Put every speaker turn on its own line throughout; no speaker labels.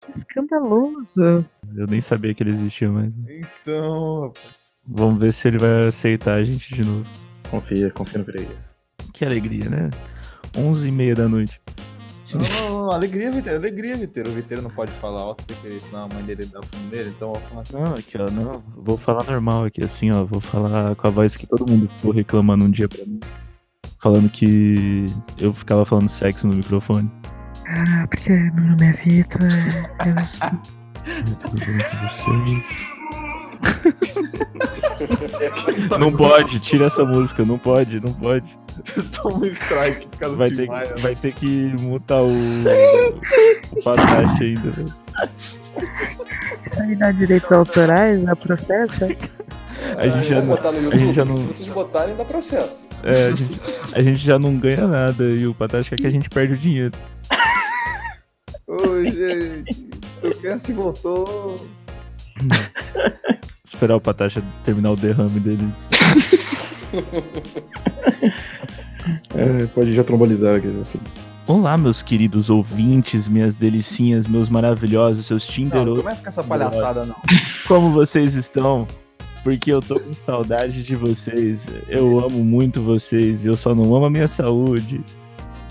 Que escandaloso.
Eu nem sabia que ele existia, mas.
Então, rapaz.
Vamos ver se ele vai aceitar a gente de novo.
Confia, confia no Pereira.
Que alegria, né? 11h30 da noite.
Não, não, não, alegria, Viteiro, alegria, Viteiro. O Viteiro não pode falar alto porque ele, senão a mãe dele dá o fundo nele, então eu vou falar.
Não, aqui, ó. Não, vou falar normal aqui, assim, ó. Vou falar com a voz que todo mundo ficou reclamando um dia pra mim. Falando que eu ficava falando sexo no microfone.
Ah, porque meu nome é Vitor. Eu sou-
Tudo bem com vocês? Não pode, tira essa música, não pode, não pode.
Toma um strike por causa
Vai
do
ter,
Tim
que-
Maia.
vai ter que mutar o, o Patache ainda. velho.
Isso aí dá direitos autorais, a processa?
A gente já
Vamos
não,
botar no
gente
YouTube.
já não-
Se vocês botarem, dá processo.
é, a, gente, a gente já não ganha nada e o Patache quer que a gente perde o dinheiro.
Ô, gente, o cast voltou.
Esperar o Patache terminar o derrame dele.
É, pode já trombolizar aqui.
Olá, meus queridos ouvintes, minhas delicinhas, meus maravilhosos, seus
Não, não
Tinderos.
começa com essa palhaçada, não.
como vocês estão? Porque eu tô com saudade de vocês. Eu amo muito vocês. Eu só não amo a minha saúde.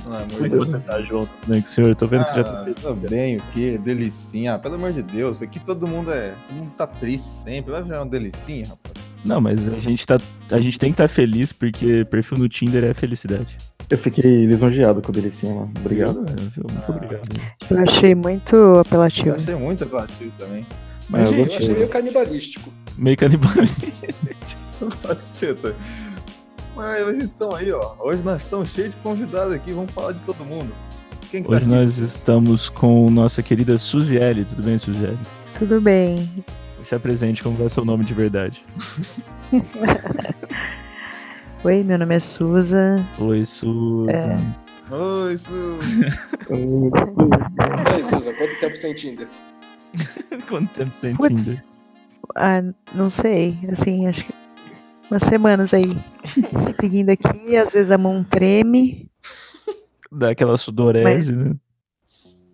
Pelo amor
Como é
de
que
Deus.
você tá, João? Tudo bem com o senhor? Eu tô vendo que você já tá
Ah, tô bem, o que? Delicinha. Ah, Pelo amor de Deus, aqui todo mundo é. Todo mundo tá triste sempre. Vai virar uma delicinha, rapaz.
Não, mas a gente tá. A gente tem que estar feliz, porque perfil no Tinder é felicidade.
Eu fiquei lisonjeado com o Delicinha lá. Obrigado.
Obrigado, velho, viu? Muito obrigado.
Eu achei muito
Eu
apelativo.
achei muito apelativo também.
Mas,
É, eu
gente,
Ah, Eu achei meio canibalístico.
meio canibal.
Faceta. Mas, mas então aí, ó. Hoje nós estamos cheios de convidados aqui. Vamos falar de todo mundo. Quem que tá
Hoje
aqui?
nós estamos com nossa querida Suzy L. Tudo bem, Suzy L?
Tudo bem.
Se apresente como vai ser o nome de verdade.
Oi, meu nome é Suza.
Oi, Suzy.
É.
Oi, isso.
E aí, Suza, É quanto tempo sem Tinder?
Quanto tempo você tem
Putz.
Tinder?
Ah, não sei, assim, acho que umas semanas aí. Seguindo aqui, às vezes a mão treme,
Dá aquela sudorese, né?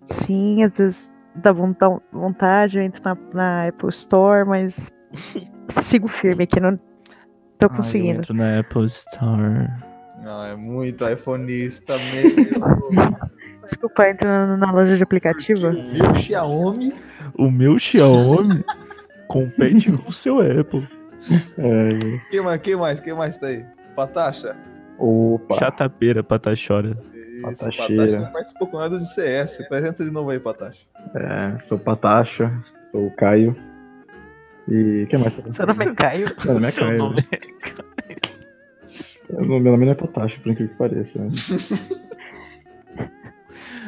sim, às vezes dá vonta- vontade, eu entro na, na Apple Store, mas sigo firme aqui, não tô
Ah, eu
conseguindo.
entro na Apple Store.
Não, é muito iPhoneista mesmo.
Desculpa, entro na, na loja de aplicativo?
Viu, Xiaomi?
O meu Xiaomi compete com o seu Apple.
É,
Quem mais? Quem mais? Quem mais tá aí? Patacha?
opa.
Chatapeira, patachora.
Isso,
Patacheira.
Patacha não participou com nada do CS. Apresenta de novo aí, Patacha.
É, sou o Patacha, sou o Caio. E quem mais?
Seu nome é Caio?
Meu nome é
Seu
Caio.
nome é-
Eu não- Meu nome não é Patacha, por incrível que pareça. né?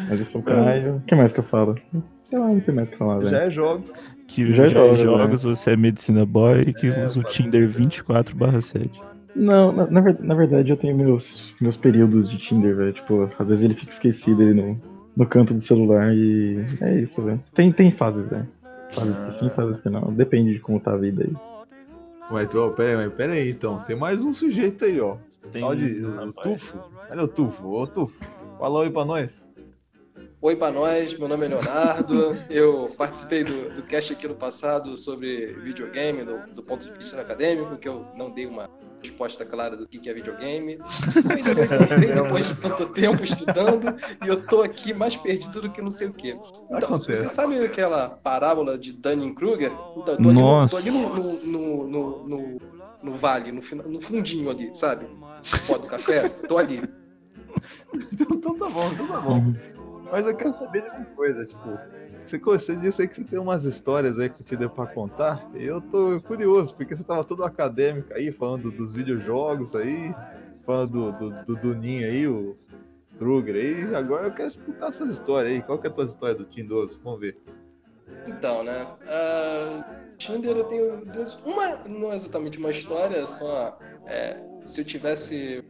Mas eu sou o Caio. O que mais que eu falo? Sei lá, não tem mais o que
Tá
falar, né? velho.
Já é jogos.
Que já
Já é
é
jogos,
jogos,
né?
você é medicina boy e que
É,
usa o
pode
Tinder
ser.
24/7.
Não, na, na ver- na verdade eu tenho meus, meus períodos de Tinder, velho. Tipo, às vezes ele fica esquecido ali no, no canto do celular e é isso, velho. Tem, tem fases, velho. Fases que sim, fases que não. Depende de como tá a vida aí.
Mas, tu- ó, pera, mas pera aí, então. Tem mais um sujeito aí, ó.
Tem
Tal de
um,
o
rapaz.
Tufo. Cadê o Tufo? Ô, Tufo. Fala oi pra nós.
Oi pra nós, meu nome é Leonardo. Eu participei do, do cast aqui no passado sobre videogame, do, do ponto de vista acadêmico, que eu não dei uma resposta clara do que que é videogame. Mas eu encontrei depois de tanto tempo estudando e eu tô aqui mais perdido do que não sei o quê. Então, se
Acontece.
você sabe aquela parábola de Dunning-Kruger, então, eu tô ali, no,
Nossa.
tô ali no, no, no- no- no vale, no, final- no fundinho ali, sabe? Pó do café, tô ali.
Então tá bom, então tá bom. Mas eu quero saber de uma coisa, tipo. Você, co- você disse aí que você tem umas histórias aí que eu te deu pra contar. E eu tô curioso, porque você tava todo acadêmico aí, falando dos videojogos aí, falando do, do, do Duninho aí, o Kruger aí. Agora eu quero escutar essas histórias aí. Qual que é a tua história do Tindoso? Vamos ver.
Então, né? ah, Tinder eu tenho duas. Uma não é exatamente uma história, é só. é, se eu tivesse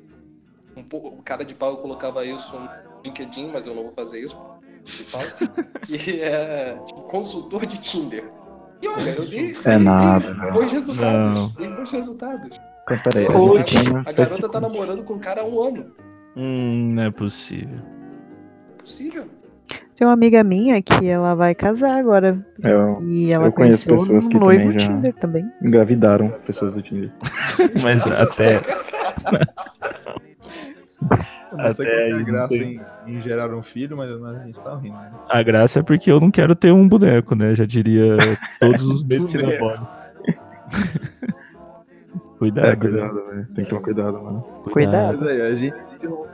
um pouco cara de pau, eu colocava isso no LinkedIn, mas eu não vou fazer isso. De pau, que é tipo, consultor de Tinder. E olha, eu dei,
É
dei-
nada,
dei
velho.
bons
Não.
resultados. Dei bons resultados.
Então, peraí.
A-
eu
a-
tenho uma
a
espécie
garota
de-
tá namorando com um cara há um ano.
Hum, não é possível.
Possível.
Tem uma amiga minha que ela vai casar agora.
Eu,
E ela
Eu conheço
conheceu
pessoas que
um noivo
também
no
já-
Tinder também.
É, engravidaram pessoas do Tinder.
Mas até.
Eu não sei
Até
qual que é
aí
a
não
graça
tem.
em, em gerar um filho, mas a gente tá rindo. né?
A graça é porque eu não quero ter um boneco, né? Já diria todos os medicina
Boneco.
boys. cuidado, né?
É, cuidado, velho. Tem que tomar cuidado, mano.
Cuidado.
Mas aí, a gente interrompeu,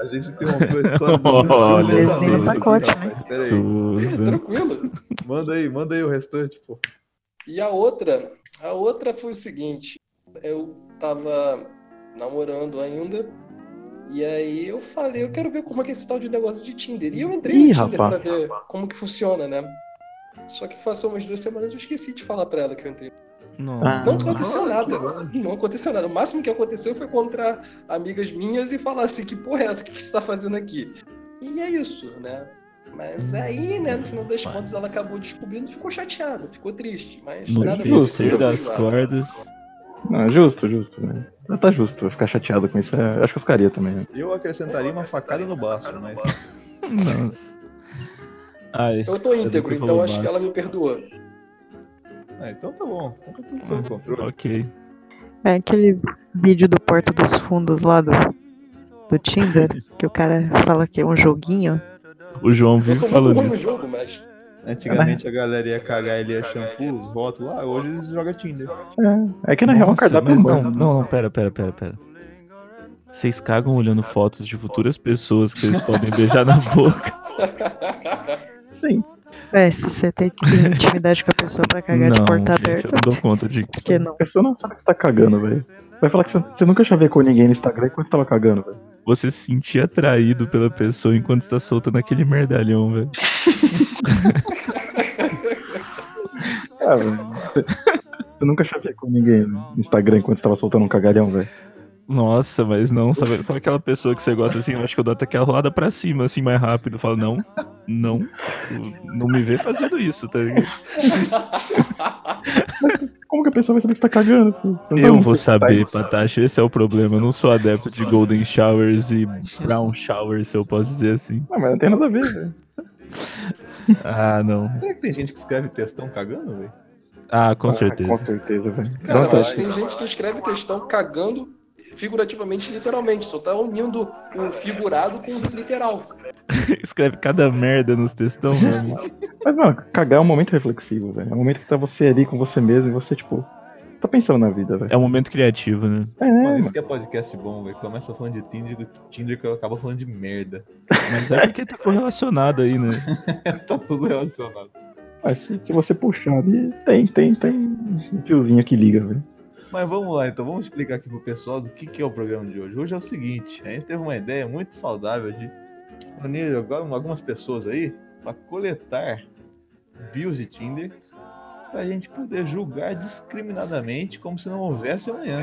a gente um interrompeu a história do
Olha,
Luciano Leandro.
desenho pacote, né?
Rapaz, pera aí.
é.
Susan.
Tranquilo.
Manda aí, manda aí o restante, pô.
E a outra, a outra foi o seguinte, eu tava namorando ainda, e aí eu falei, eu quero ver como é que é esse tal de negócio de Tinder. E eu entrei
Ih,
no Tinder
rapaz.
pra ver como que funciona, né? Só que passou umas duas semanas e eu esqueci de falar pra ela que eu entrei.
Não.
Não
Ah,
aconteceu
que
nada.
bom.
Não aconteceu nada. O máximo que aconteceu foi encontrar amigas minhas e falar assim, que porra é essa? O que que você tá fazendo aqui? E é isso, né? Mas aí, né, no final das
Rapaz.
contas, ela acabou descobrindo, ficou chateada, ficou triste, mas
No
nada
terceiro
aconteceu.
das
Foi lá.
cordas.
Não, é justo, justo, velho. Ah, Tá justo, eu ficar chateado com isso. é, acho que eu ficaria também, né?
Eu acrescentaria uma facada no baço, mas.
Nossa. Ai,
Eu tô íntegro,
Você
então
falou
acho que ela
baixo.
me perdoou.
Ah, então tá bom. Então tá tudo sob controle.
ok.
É aquele vídeo do Porta dos Fundos lá do, do Tinder, que o cara fala que é um joguinho.
O João
Eu
vive
sou muito
falando
ruim no
isso.
jogo, mas.
Antigamente a galera ia cagar ele ia shampoo, os rótulos. Ah, hoje eles jogam Tinder.
É, é que na real o
Nossa,
cardápio é
mas
bom.
não, não, não, pera, pera, pera, pera. Vocês cagam olhando fotos de futuras pessoas que vocês podem beijar na boca.
Sim.
É, se você tem que ter intimidade com a pessoa pra cagar
não,
de porta
gente, eu
aberta,
não dou conta de.
por que não?
A pessoa não sabe que você tá cagando, velho. Vai falar que você, você nunca chavecou ninguém no Instagram enquanto você tava cagando, velho.
Você se sentir atraído pela pessoa enquanto está soltando aquele merdalhão, velho.
Ah, velho. Você, você nunca chavecou ninguém no Instagram enquanto você tava soltando um cagalhão, velho.
Nossa, mas não, sabe, sabe aquela pessoa que você gosta assim? Eu acho que eu dou até aquela rolada pra cima, assim, mais rápido. Eu falo, não, não, tipo, não me vê fazendo isso, tá ligado?
Como que a pessoa vai saber que você tá cagando? pô? Você não
Eu
tá-
vou saber, Patacha, esse é o problema. Eu não sou adepto de Golden Showers e Brown Showers, se eu posso dizer assim.
Não, mas não tem nada a ver, velho.
Ah, não.
Será que tem gente que escreve textão cagando, velho?
Ah, com
Ah, Com
certeza.
certeza, velho.
Cara,
Não,
mas
tá-
tem gente que escreve textão cagando figurativamente e literalmente, só tá unindo o figurado com o literal.
Escreve cada merda nos textão, né? mano.
Mas, mano, cagar é um momento reflexivo, velho. É um momento que tá você ali com você mesmo e você, tipo, tá pensando na vida, velho.
É um momento criativo, né?
É,
Mano,
mano.
isso que é podcast bom, velho. Começa falando de Tinder, Tinder que acaba falando de merda.
Mas é porque tá correlacionado aí, né?
tá tudo relacionado.
Mas se, se você puxar ali, tem, tem, tem um fiozinho que liga, velho.
Mas vamos lá, então vamos explicar aqui pro pessoal do que, que é o programa de hoje. Hoje é o seguinte, a gente teve uma ideia muito saudável de reunir agora um, algumas pessoas aí para coletar bios de Tinder pra gente poder julgar discriminadamente como se não houvesse amanhã.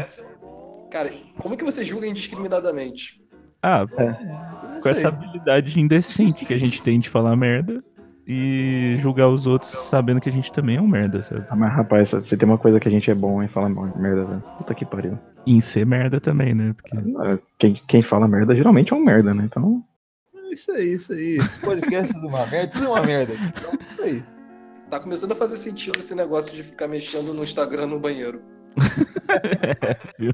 Cara, como que você julga indiscriminadamente?
Ah,
Eu não
com essa
sei.
habilidade indecente que a gente tem de falar merda e julgar os outros sabendo que a gente também é um merda, sabe?
Ah, mas, rapaz, você tem uma coisa que a gente é bom em falar mal- merda, velho. Puta que pariu.
E em ser merda também, né? Porque
Ah, Quem, quem fala merda geralmente é um merda, né? Então,
Isso aí, isso aí. Esse podcast é uma merda, tudo é uma merda. Então, isso aí.
Tá começando a fazer sentido esse negócio de ficar mexendo no Instagram no banheiro.
viu?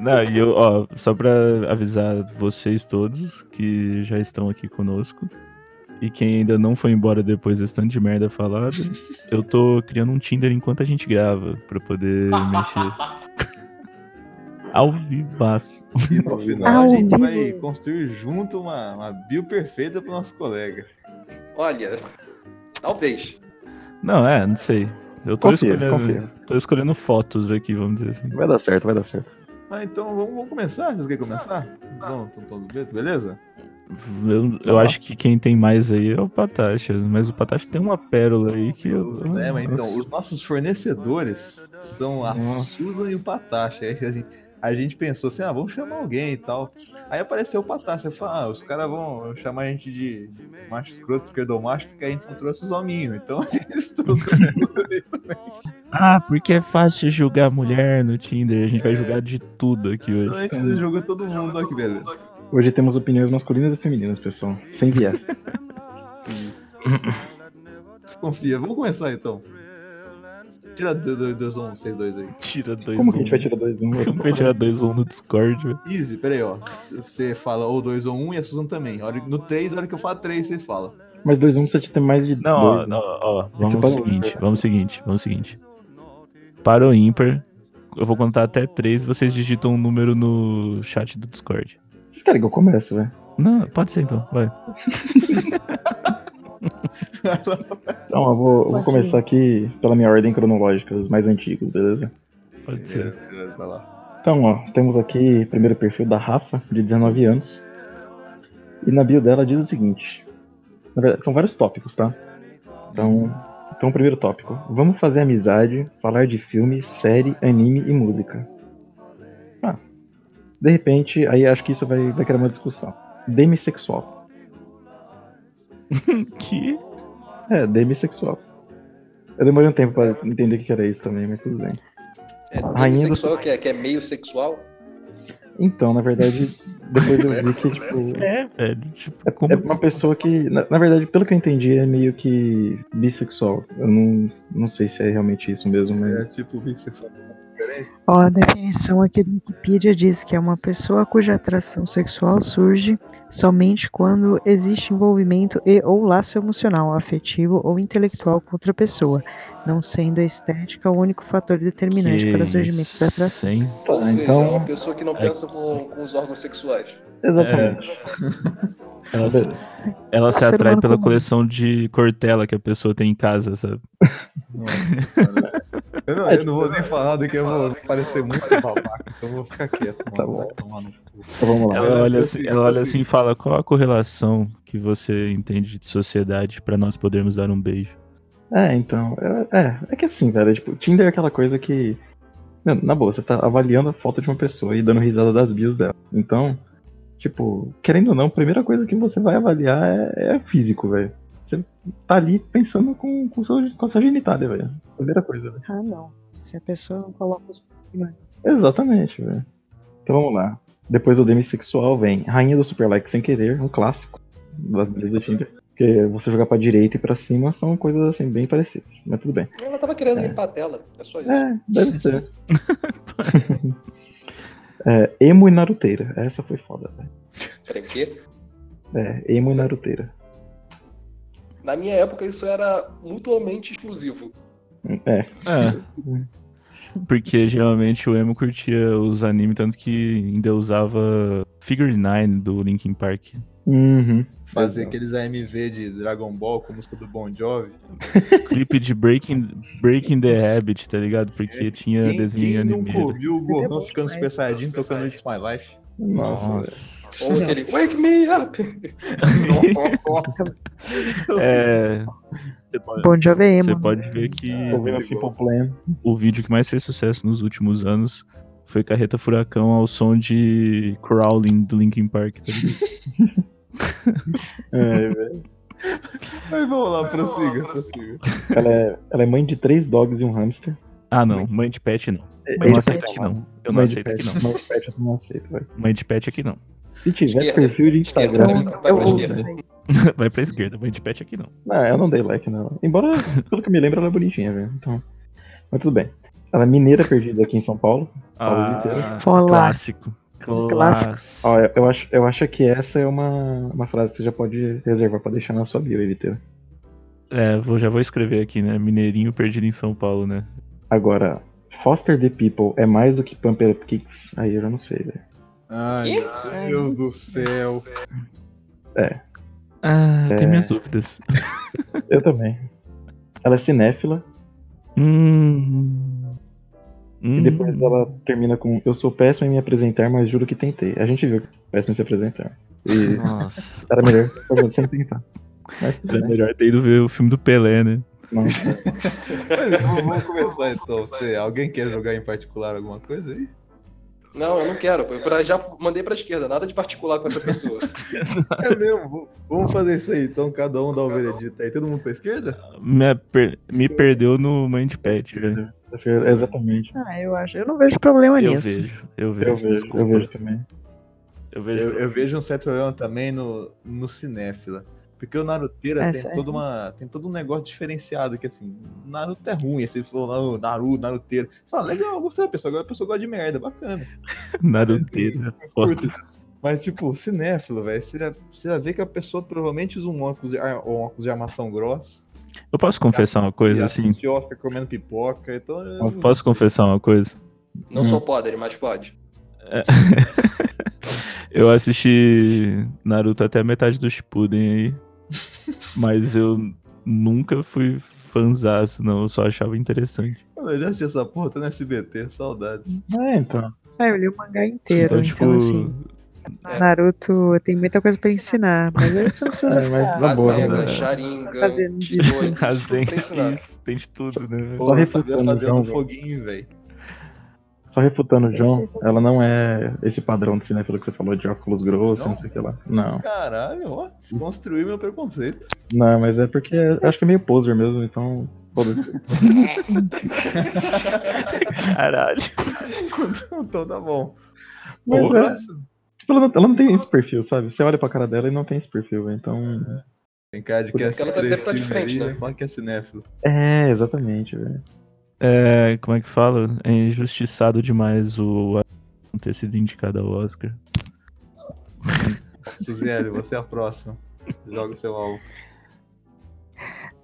Não, e eu, ó, só pra avisar vocês todos que já estão aqui conosco e quem ainda não foi embora depois desse tanto de merda falado, eu tô criando um Tinder enquanto a gente grava pra poder mexer. Ao vivaço.
E no final a
Ao
gente vai
vivo.
construir junto uma, uma bio perfeita pro nosso colega.
Olha, talvez.
Não, é, não sei. Eu tô
Confia,
escolhendo.
confia.
Tô escolhendo fotos aqui, vamos dizer assim.
vai dar certo, vai dar certo.
Ah, então vamos, vamos começar? Vocês querem começar? Então, estão todos bem? Beleza?
Eu, eu acho que quem tem mais aí é o Patacha, mas o Patacha tem uma pérola aí que eu tô.
É, mas então,
Nossa.
os nossos fornecedores são a
Nossa.
Susan e o Patacha. Aí, assim, a gente pensou assim, ah, vamos chamar alguém e tal. Aí apareceu o Patacha, falou, ah, os caras vão chamar a gente de macho escroto, esquerdomacho, porque a gente só trouxe os hominhos. Então, eles trouxeram
Ah, porque é fácil
É.
julgar mulher no Tinder, a gente vai julgar de tudo aqui hoje.
um. a gente jogou todo mundo aqui, beleza.
Hoje temos opiniões masculinas e femininas, pessoal. Sem viés.
Confia, vamos começar então. Tira 2-1-6-2 aí.
Tira 2-1.
Como que a gente vai tirar dois um?
Como que vai tirar 2-1 no Discord, velho?
Easy, peraí, ó. Você fala ou 2 ou 1 um, e a Susan também. A hora- No 3, hora que eu falo 3, vocês falam.
Mas 2-1 um precisa ter mais de
Não, ó,
dois,
não,
né?
ó,
Você
um. vamos o
pode-
seguinte, vamos o seguinte, vamos o seguinte. Para o ímpar, eu vou contar até três e vocês digitam um número no chat do Discord.
Vocês querem que eu comece, velho?
Não, pode ser então, vai.
Então, eu vou, eu vou começar aqui pela minha ordem cronológica, os mais antigos, beleza?
Pode ser.
É, Vai lá.
Então, ó, temos aqui o primeiro perfil da Rafa, de 19 anos. E na bio dela diz o seguinte. Na verdade, são vários tópicos, tá? Então, então o primeiro tópico. Vamos fazer amizade, falar de filme, série, anime e música. Ah. De repente, aí acho que isso vai, vai criar uma discussão. Demissexual.
Que?
É, demissexual. Eu demorei um tempo pra entender o que que era isso também, mas tudo bem.
É
Rainha do
sexual, que, é, que é meio sexual?
Então, na verdade, depois eu vi que, tipo,
É, velho. Tipo,
é-
como.
é uma pessoa que, na, na verdade, pelo que eu entendi, é meio que bissexual. Eu não, não sei se é realmente isso mesmo, mas
É tipo bissexual.
Ó, a definição aqui do Wikipedia diz que é uma pessoa cuja atração sexual surge somente quando existe envolvimento e ou laço emocional, afetivo ou intelectual com outra pessoa, não sendo a estética o único fator determinante
Que
para o surgimento da atração.
sem-
Ou seja,
então-
é uma pessoa que não pensa com, com os órgãos sexuais.
exatamente.
Ela, se-
Beleza.
ela se
Ser
atrai
humano
pela
comum.
coleção de cortela que a pessoa tem em casa, sabe?
Eu não, eu É, não vou nem falar do que eu vou parecer muito babaca. Então eu vou ficar quieto. Mano.
Tá bom.
Vai tomar no cu.
Então vamos lá.
Ela olha
eu
assim,
sei,
ela
eu
olha
sei.
assim e fala: qual a correlação que você entende de sociedade pra nós podermos dar um beijo?
É, então, é, é, é que assim, velho, é tipo, Tinder é aquela coisa que, não, na boa, você tá avaliando a foto de uma pessoa e dando risada das bios dela. Então, tipo, querendo ou não, a primeira coisa que você vai avaliar é, é físico, velho. Você tá ali pensando com, com, seu, com a sua genitália, velho. Primeira coisa, velho.
Ah, não. Se a pessoa não coloca os
Exatamente, velho. Então vamos lá. Depois do demissexual vem Rainha do Super Like Sem Querer, um clássico da beleza Tinder. Porque você jogar pra direita e pra cima são coisas assim bem parecidas, mas tudo bem.
Ela tava querendo limpar a tela, é só isso.
É, deve ser. é, emo e Naruteira. Essa foi foda, velho.
Peraí, o quê?
É, emo e Naruteira.
Na minha época isso era mutuamente exclusivo.
É,
Porque geralmente o emo curtia os animes, tanto que ainda usava Figure 9 do Linkin Park.
uhum.
Fazer
Exato.
aqueles AMV de Dragon Ball com música do Bon Jovi.
Clipe de Breaking, Breaking the Habit, tá ligado? Porque tinha
Quem,
desenho
quem
anime.
nunca ouviu o
Ele é
Gohan
bom
ficando
demais.
Super Saiyajin tocando It's My Life?
Nossa,
Nossa.
Ou aquele Wake me up!
É, você pode,
Bom Jovem
você
Emo.
pode ver que
velho. Ouvindo Simple Plan.
o vídeo que mais fez sucesso nos últimos anos foi Carreta Furacão ao som de Crawling do Linkin Park. Tá ligado?
É, velho.
Mas vamos lá, prossiga, prossiga.
ela, é, ela é mãe de três dogs e um hamster.
ah, não. Mãe de pet, não. Eu
Ele-
não aceito aqui, não. Eu não
Mãe de
aceito
pet-
aqui, não.
Mãe de pet eu não aceito, velho.
Mãe de pet aqui, não.
Se tiver
Esquerda.
é
perfil de
Esquerda,
Instagram.
vai pra
Eu vou-
esquerda.
Vai pra esquerda. Mãe de pet aqui, não.
Não, Ah, eu não dei like nela. Embora, pelo que eu me lembro, ela é bonitinha, velho. Então. Mas tudo bem. Ela é mineira perdida aqui em São Paulo. Saúde,
Ah,
inteira.
Olá.
clássico.
Clássico.
Clássico.
Ó, eu, eu acho, eu acho que essa é uma, uma frase que você já pode reservar pra deixar na sua bio, Eviteu.
É, vou, já vou escrever aqui, né? Mineirinho perdido em São Paulo, né?
Agora, Foster the People é mais do que Pump It Up Kicks? Aí eu já não sei, velho.
Ai,
Quê?
meu Deus do céu.
Ah, eu
É.
tenho minhas dúvidas.
Eu também. Ela é cinéfila
Hum.
e
Hum.
depois ela termina com Eu sou péssimo em me apresentar, mas juro que tentei. A gente viu que é péssimo em se apresentar. E
Nossa.
era melhor fazer sem tentar. Mas tudo
É
bem.
melhor ter ido ver o filme do Pelé, né?
Nossa.
Mas vamos- vamos começar então. Você, alguém quer jogar em particular alguma coisa aí?
Não, eu não quero. Eu pra- já mandei pra esquerda, nada de particular com essa pessoa.
É mesmo. vamos- Vamos fazer isso aí. Então cada um dá o veredito aí. Todo mundo pra esquerda?
Me, per- me perdeu no Mind né? Pet, velho.
é Exatamente.
Ah, eu acho. Eu não vejo problema
Eu
nisso.
vejo, eu vejo.
Eu vejo,
desculpa.
eu vejo também.
Eu vejo.
Eu, eu vejo um certo problema também no, no cinéfila. Porque o Naruteira
É,
tem,
sério.
toda uma, tem todo um negócio diferenciado, que assim, Naruto é ruim, assim, ele falou, não, Naruto, Naruteira. Fala, legal, eu gostei da pessoa, agora a pessoa gosta de merda, é bacana.
Naruteira. é Foda.
Curto. Mas, tipo, cinéfilo, velho, você já, você já vê que a pessoa provavelmente usa um óculos de, ar- um óculos de armação grossa,
Eu posso confessar uma coisa
já
assim?
assiste Oscar comendo pipoca, então... eu
Eu
não
Posso
sei.
confessar uma coisa?
Hum.
Não sou podre, mas pode.
Eu assisti Naruto até a metade do Shippuden aí. Mas eu nunca fui fanzaço, não. Eu só achava interessante.
Eu já assisti essa porra, tô no SBT, saudades.
É, então.
Ah, eu li o mangá inteiro,
então,
então,
tipo, é.
assim, Naruto tem muita coisa pra ensinar, mas eu não preciso
É, mas na boa.
Rasengan,
né?
Rasenga, Sharingan,
Fazendo isso.
Kisui,
a
tudo pra ensinar.
isso, tem de tudo, né? velho?
Pô, eu sabia
refutando,
fazer
então,
um
velho.
foguinho, velho.
Só refutando o João,
Esse-
ela não é esse padrão de cinéfilo que você falou de óculos grossos, não,
Não?
sei o que lá. Não.
Caralho, ó, desconstruiu meu preconceito.
Não, mas é porque acho que é meio poser mesmo, então. foda-se.
Caralho.
então tá bom.
Mas
Bom,
é.
próximo.
Tipo, ela, não, ela não tem esse perfil, sabe? Você olha pra cara dela e não tem esse perfil, velho, então.
Tem cara de
Porque
que é
ela tá até pra de
expressiva
frente,
aí,
né?
fala que é cinéfilo.
É, exatamente, velho.
É, como é que fala? É injustiçado demais o não ter sido indicado ao Oscar.
Suzélio, você é a próxima. Joga o seu alvo.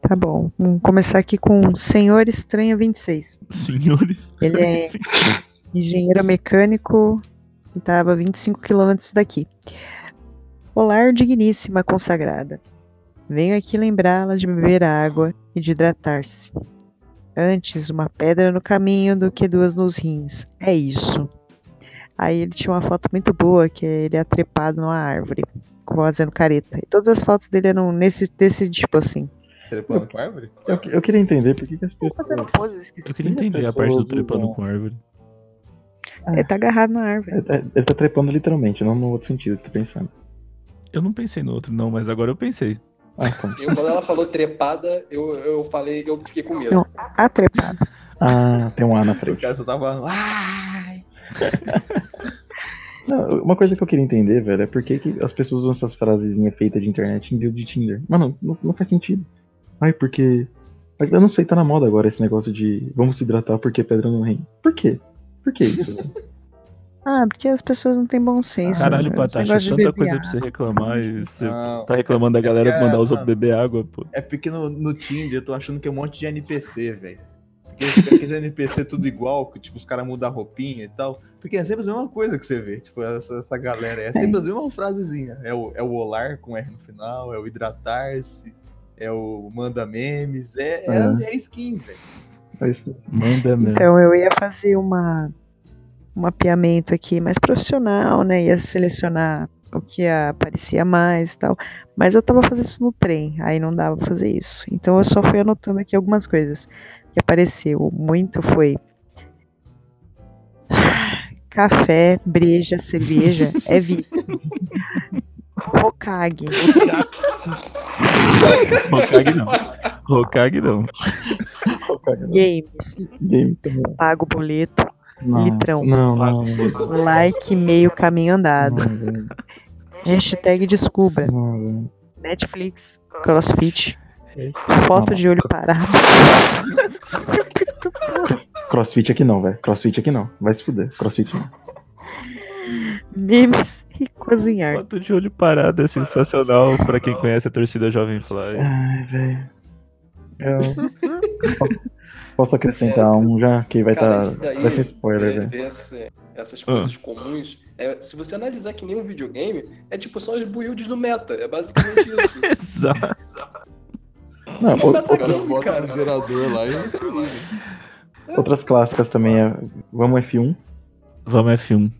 Tá bom, vamos começar aqui com Senhor Estranho 26.
Senhores.
Ele é engenheiro mecânico e estava a 25 quilômetros daqui. Olá, digníssima consagrada. Venho aqui lembrá-la de beber água e de hidratar-se. Antes uma pedra no caminho do que duas nos rins. É isso. Aí ele tinha uma foto muito boa, que é ele atrepado numa árvore, fazendo careta. E todas as fotos dele eram nesse, desse tipo assim.
Trepando com a árvore?
Eu, eu queria entender por que, que as pessoas.
Fazendo poses esquisitas.
Eu queria entender a parte do trepando com árvore.
Ele tá agarrado na árvore.
É, é, Ele tá trepando literalmente, não no outro sentido que você tá pensando.
Eu não pensei no outro, não, mas agora eu pensei.
Ah, tá.
Eu, quando ela falou trepada, eu, eu falei, eu fiquei com medo.
Não, atrepado.
Ah, tem um A na
O
frente.
cara só tava. Ah,
Não, uma coisa que eu queria entender, velho, é por que, que as pessoas usam essas frasezinhas feitas de internet em build de Tinder. Mano, não, não faz sentido. Ai, porque. Eu não sei, tá na moda agora esse negócio de vamos se hidratar porque pedra não rende. Por quê? Por que isso, velho?
Ah, porque as pessoas não têm bom senso.
Caralho,
né? Esse
Patati,
negócio de
tanta
beber
coisa
água. Ah, é
pra você reclamar e você
não.
tá reclamando da galera pra mandar os outros beber água, pô.
É porque no, no Tinder eu tô achando que é um monte de NPC, velho. Porque fica aquele NPC tudo igual, que tipo, os caras mudam a roupinha e tal. Porque é sempre a mesma coisa que você vê, tipo, essa, essa galera. É sempre a mesma frasezinha. É o, é o olar com R no final, é o hidratar-se, é o manda memes, é, é,
É.
é skin, velho.
É isso.
Manda mesmo.
Então, eu ia fazer uma, um mapeamento aqui mais profissional, né? Ia selecionar o que aparecia mais e tal. Mas eu tava fazendo isso no trem, aí não dava pra fazer isso. Então eu só fui anotando aqui algumas coisas que apareceu. Muito foi. Café, breja, cerveja, é vida. Hokage,
Hokage não. Hokage não.
games,
Game também.
pago boleto,
Não,
Litrão.
Não, não, não.
like meio caminho andado.
Não, velho.
Hashtag descubra.
Não, velho.
Netflix, crossfit,
Não,
foto
não.
de olho parado.
Crossfit aqui não, velho. Crossfit aqui não. Vai se fuder. Crossfit não.
Memes e cozinhar.
Foto de olho parado é sensacional pra quem conhece a torcida Jovem Fly.
Ai, velho. Eu. Posso- Posso acrescentar um já que vai estar.
Cara,
Tá...
isso daí- é
Vai ser spoiler, né?
Ver-
velho.
ver essa- essas coisas comuns. é, se você analisar que nem um videogame, é tipo só os builds do meta. É basicamente isso.
Exato.
Não,
Não dá
o-
pra
O cara
Ih,
bota
cara.
um gerador lá e entra
outras clássicas também é. Vamos F1,
Vamos F1.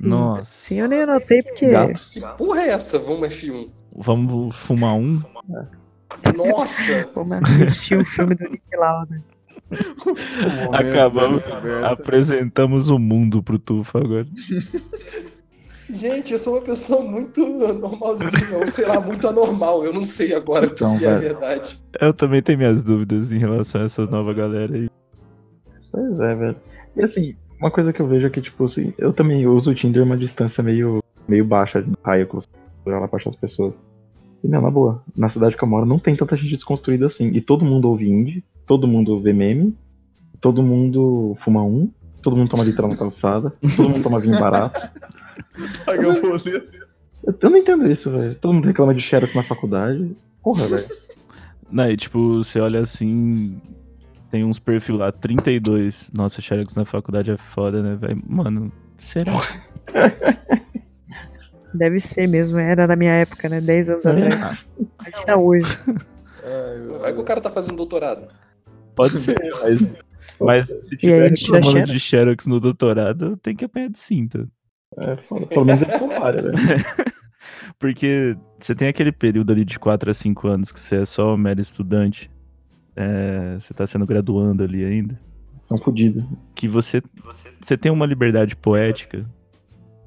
Nossa.
Sim, eu nem anotei porque.
gatos.
Porra, é essa? Vamos F1.
Vamos fumar um?
Nossa!
Como assistir o filme do Nick Lauda.
né,
Acabamos. Apresentamos o mundo pro Tufa agora.
Gente, eu sou uma pessoa muito normalzinha, ou sei lá, muito anormal. Eu não sei agora o
Então,
que é a
velho.
verdade.
Eu também tenho minhas dúvidas em relação a essa nova galera aí.
Pois é, velho. E assim, uma coisa que eu vejo é que, tipo, assim, eu também uso o Tinder uma distância meio meio baixa de raio que você usa lá pra achar as pessoas. E não, na boa, na cidade que eu moro não tem tanta gente desconstruída assim. E todo mundo ouve indie, todo mundo vê meme, todo mundo fuma um, todo mundo toma literal na calçada, todo mundo toma vinho barato.
Paga o boleto.
Eu, eu não entendo isso, velho. Todo mundo reclama de xerox na faculdade. Porra, velho.
Não, e tipo, você olha assim. Tem uns perfil lá, 32. Nossa, Xerox na faculdade é foda, né, velho? Mano, será?
Deve ser mesmo, era da minha época, né? 10
É.
anos atrás.
será?
Imagina hoje.
Ai, meu
Vai que o cara tá fazendo doutorado.
Pode ser. Mas, mas se
E aí,
tiver
tira
reclamando de Xerox no doutorado, tem que apanhar de cinta.
É, foda. Pelo menos ele trabalha, velho.
Porque você tem aquele período ali de 4 a 5 anos que você é só um mero estudante. é, você tá sendo graduando ali ainda.
São fodidos.
Que você, você, você tem uma liberdade poética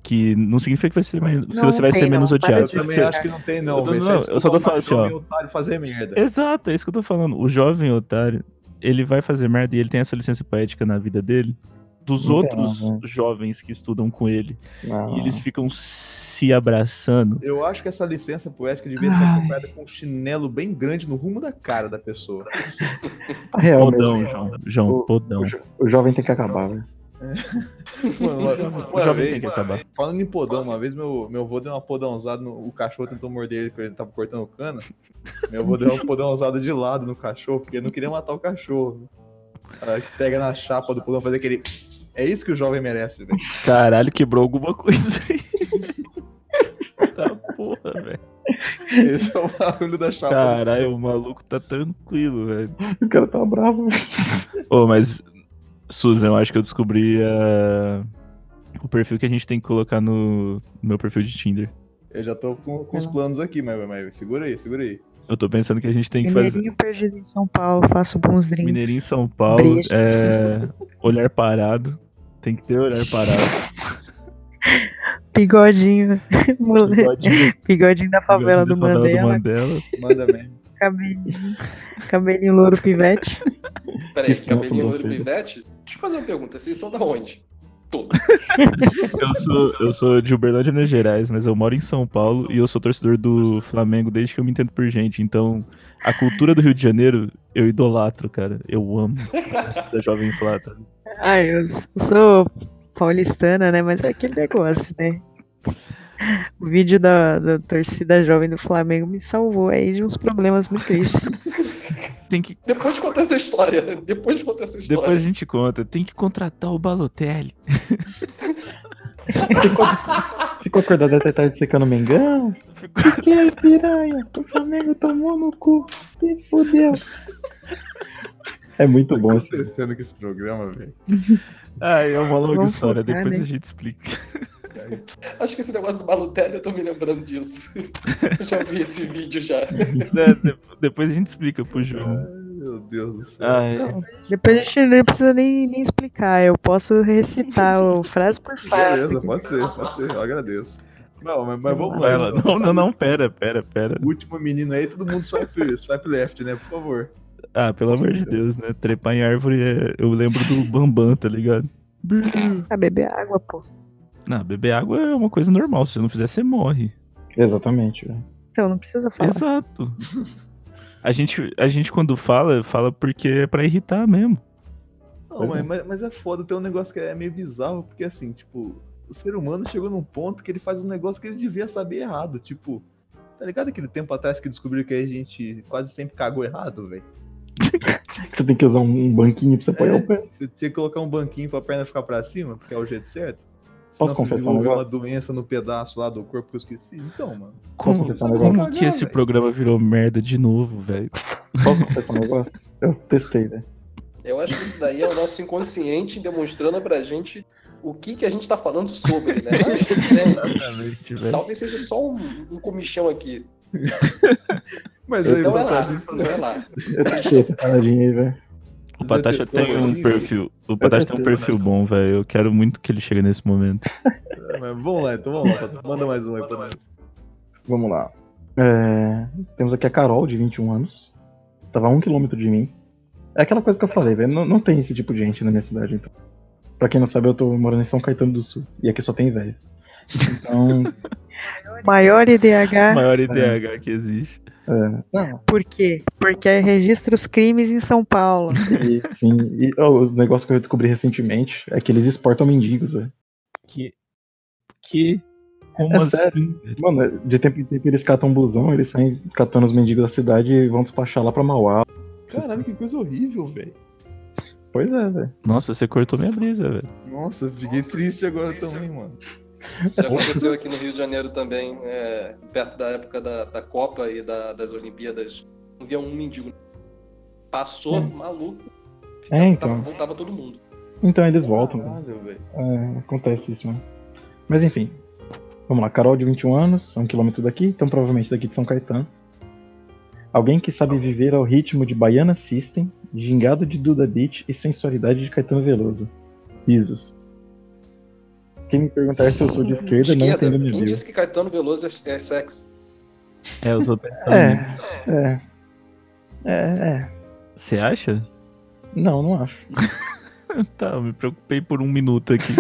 que não significa que vai ser menos, se
Não
você vai
tem,
ser menos
não. Para
odiado.
Eu
de
Você-
também
ser-
acho que não tem, não.
Eu tô-
velho.
não,
Só
eu só tô falando assim,
escutar um
ó.
jovem otário fazer merda.
Exato, é isso que eu tô falando. O jovem otário, ele vai fazer merda e ele tem essa licença poética na vida dele dos
Então,
outros
né? Ah.
jovens que estudam com ele.
Não.
E eles ficam se abraçando.
Eu acho que essa licença poética devia ser
Ai.
acompanhada com um chinelo bem grande no rumo da cara da pessoa.
Tá real mesmo.
Podão, João. João,
O-
podão.
o jo- O jovem tem que acabar, velho.
Mano, uma,
O
uma
jovem tem
vez,
que acabar.
falando em podão, uma vez meu, meu avô deu uma podãozada, no, o cachorro tentou morder ele porque ele tava cortando cana. Meu avô deu uma podãozada de lado no cachorro, porque ele não queria matar o cachorro. Ah, que pega na chapa do podão, fazer aquele... É isso que o jovem merece, velho.
Caralho, quebrou alguma coisa aí. tá porra, velho.
Esse é o barulho da
Tá
chapa.
Caralho, o maluco tá tranquilo, velho.
O cara tá bravo, velho.
Ô, mas, Susan, eu acho que eu descobri a- o perfil que a gente tem que colocar no no meu perfil de Tinder.
Eu já tô com, com os
Não.
planos aqui, mas, mas segura aí, segura aí.
Eu tô pensando que a gente tem que fazer.
Mineirinho perdido em São Paulo, faço bons drinks.
Mineirinho São Paulo,
Brejo.
é, olhar parado. Tem que ter olhar parado.
Bigodinho. Mole-
Bigodinho,
Bigodinho da favela
bigodinho
do
da favela
Mandela.
Mandela.
Manda mesmo.
Cabelinho. Cabelinho louro pivete.
Peraí,
Isso não
cabelinho
mudou,
loiro
filho.
pivete? Deixa eu fazer uma pergunta, vocês são da onde? Todo.
Eu sou, eu sou de Uberlândia, Minas Gerais, mas eu moro em São Paulo e eu sou torcedor do Flamengo desde que eu me entendo por gente. Então, a cultura do Rio de Janeiro, eu idolatro, cara. Eu amo a cidade da Jovem Flá. tá?
Ah, eu s- sou paulistana, né? Mas é aquele negócio, né? O vídeo da, da torcida jovem do Flamengo me salvou aí de uns problemas muito tristes.
Tem que,
Depois conta essa história. Depois conta essa história.
depois a gente conta. Tem que contratar o Balotelli.
Ficou acordado até tarde secando o Mengão. Que é, piranha? O Flamengo tomou no cu. Se fudeu. É muito
Tá
bom esse.
acontecendo com esse programa, velho.
Ah, é uma longa
Vamos
história.
focar,
Depois
né?
a gente explica.
Acho que esse negócio do Balotelli, eu tô me lembrando disso. Eu já vi esse vídeo já.
Né, de- Depois a gente explica pro João.
Meu Deus do céu.
Ah, é.
Depois a gente não precisa nem, nem explicar, eu posso recitar o frase por frase.
Beleza, pode ser, pode ser, eu agradeço. Não, mas, mas vamos lá. então.
Vai lá. Não, não, não, pera, pera, pera.
O último menino aí, todo mundo swipe, swipe left, né? Por favor.
Ah, pelo amor de Deus, né? Trepar em árvore é. Eu lembro do Bambam, tá ligado?
Ah, beber água, pô.
Não, beber água é uma coisa normal. Se você não fizer, você morre.
É, Exatamente, velho.
Então, não precisa falar.
Exato. A gente, a gente, quando fala, fala porque é pra irritar mesmo.
Não,
Pois
mas,
é.
mas- mas é foda, tem um negócio que é meio bizarro, porque assim, tipo, o ser humano chegou num ponto que ele faz um negócio que ele devia saber errado. Tipo, tá ligado aquele tempo atrás que descobriu que a gente quase sempre cagou errado, velho?
Você tem que usar um banquinho pra você apoiar o pé.
Você tinha que colocar um banquinho pra perna ficar pra cima, porque é o jeito certo. Senão
Posso
você
confessar um
desenvolveu uma
negócio?
doença no pedaço lá do corpo que eu esqueci. Então, mano.
Como,
Posso confessar um
como
negócio?
que esse
Cagar,
programa virou merda de novo, velho?
Posso confessar um negócio? Eu testei, né? velho.
Eu acho que isso daí é o nosso inconsciente demonstrando pra gente o que, que a gente tá falando sobre, né? Mas, tudo bem.
Exatamente, velho.
Talvez seja só um, um comichão aqui.
Mas aí,
Não é lá,
Patati,
não é lá.
Eu testei essa paradinha aí, velho.
O Patacha
Você testou
tem um
isso?
perfil. O Patacha tem um
testei,
perfil bom, velho. Eu quero muito que ele chegue nesse momento.
É, mas vamos lá, então vamos lá. Patati. Manda mais um aí pra nós.
Vamos lá. É, Temos aqui a Carol, de 21 anos. Tava a um quilômetro de mim. É aquela coisa que eu falei, velho. Não, não tem esse tipo de gente na minha cidade, então. Pra quem não sabe, eu tô morando em São Caetano do Sul. E aqui só tem velho. Então,
Maior IDH,
Maior IDH que existe.
é, não,
por quê? Porque registra os crimes em São Paulo.
e, sim, e ó, o negócio que eu descobri recentemente é que eles exportam mendigos, velho.
Que. Que. Como
É
assim? velho?
Mano, de tempo em tempo eles catam um busão, eles saem catando os mendigos da cidade e vão despachar lá pra Mauá.
Caralho, que coisa horrível, velho.
Pois é, velho.
Nossa, você cortou minha brisa, velho.
Nossa, fiquei triste agora também, mano.
Isso já aconteceu aqui no Rio de Janeiro também, é, perto da época da, da Copa e da- das Olimpíadas. Não via um mendigo. Passou,
É.
maluco.
É,
Tava-
então.
voltava todo mundo.
Então eles voltam, velho.
Caralho, velho.
É, acontece isso, mano. Mas enfim. Vamos lá, Carol de 21 anos, a um quilômetro daqui, então provavelmente daqui de São Caetano. Alguém que sabe viver ao ritmo de Baiana System, gingado de Duda Beat e sensualidade de Caetano Veloso. Risos. Quem me perguntar se eu sou de esquerda, não
Esquerda,
entendo me
quem
viu.
disse que Caetano Veloso é, é sexy?
É, eu tô pensando.
É, é. É, é.
Você acha?
Não, não acho.
Tá, eu me preocupei por um minuto aqui.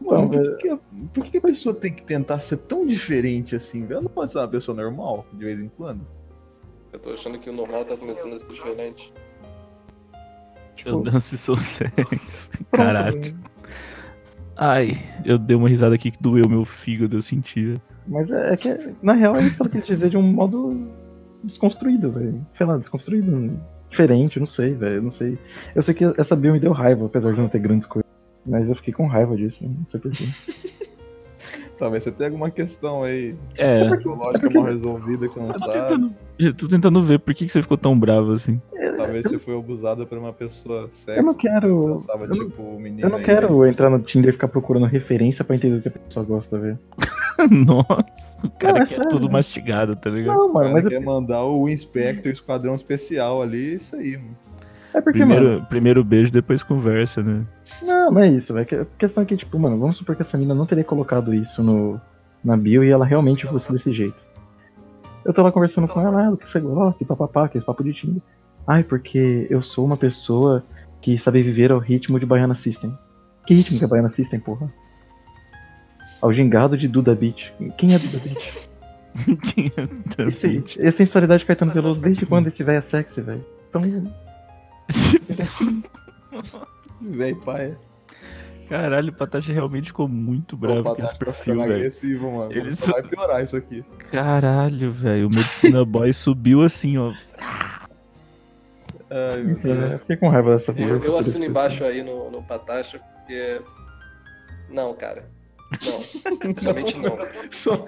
Mano,
Então,
por, que que a, por que que a pessoa tem que tentar ser tão diferente assim? velho? Ela não pode ser uma pessoa normal, de vez em quando?
Eu tô achando que o normal tá começando a ser diferente.
Eu
tipo,
danço e sou sexy. Caraca. Ai, eu dei uma risada aqui que doeu meu fígado, eu senti. velho.
Mas é, é que, na real, é isso que ela quis dizer de um modo desconstruído, velho. Sei lá, desconstruído, diferente, eu não sei, velho. eu Não sei. Eu sei que essa bio me deu raiva, apesar de não ter grandes coisas. Mas eu fiquei com raiva disso, não sei porquê.
Talvez você tenha alguma questão aí
É.
psicológica mal resolvida que você não
é
Eu tô
sabe.
tentando, eu tô tentando ver por que, que você ficou tão bravo assim.
Talvez você foi abusada por uma pessoa sexy.
Eu não quero-
que Dançava,
eu não-
tipo, o menino
Eu não
aí,
quero entrar no Tinder e ficar procurando referência pra entender o que a pessoa gosta, velho.
Nossa, o cara
Não, é
quer
sério.
tudo mastigado, tá ligado?
Não,
O
mano,
cara
mas
quer mandar o Inspector o Esquadrão Especial ali, isso aí, mano.
é, é porque, mano.
Primeiro, primeiro beijo, depois conversa, né?
Não, não é isso, velho. que- A questão é que, tipo, mano, vamos supor que essa mina não teria colocado isso no, na bio e ela realmente fosse desse jeito. Eu tô lá conversando com ela, ela que você gosta, e papapá, que esse papo de Tinder. Ai, porque eu sou uma pessoa que sabe viver ao ritmo de Baiana System. Que ritmo que é Baiana System, porra? Ao gingado de Duda Beat. Quem é Duda Beat?
Quem é da
Esse,
Beat?
esse sensualidade de Caetano Veloso, desde quando esse velho é sexy, velho? Então,
Véi, pai. é
Caralho, o Patacha realmente ficou muito bravo
o
com esse
Padachi tá
perfil,
ficando
velho.
agressivo, mano.
Ele
Só
só-
vai piorar isso aqui.
Caralho, velho. O Medicina Boy subiu assim, ó.
Ai, meu Deus.
eu fiquei com raiva dessa
Eu,
conversa.
eu assino embaixo aí no, no Patacha, porque. Não, cara. Não. Principalmente não.
É.
Só-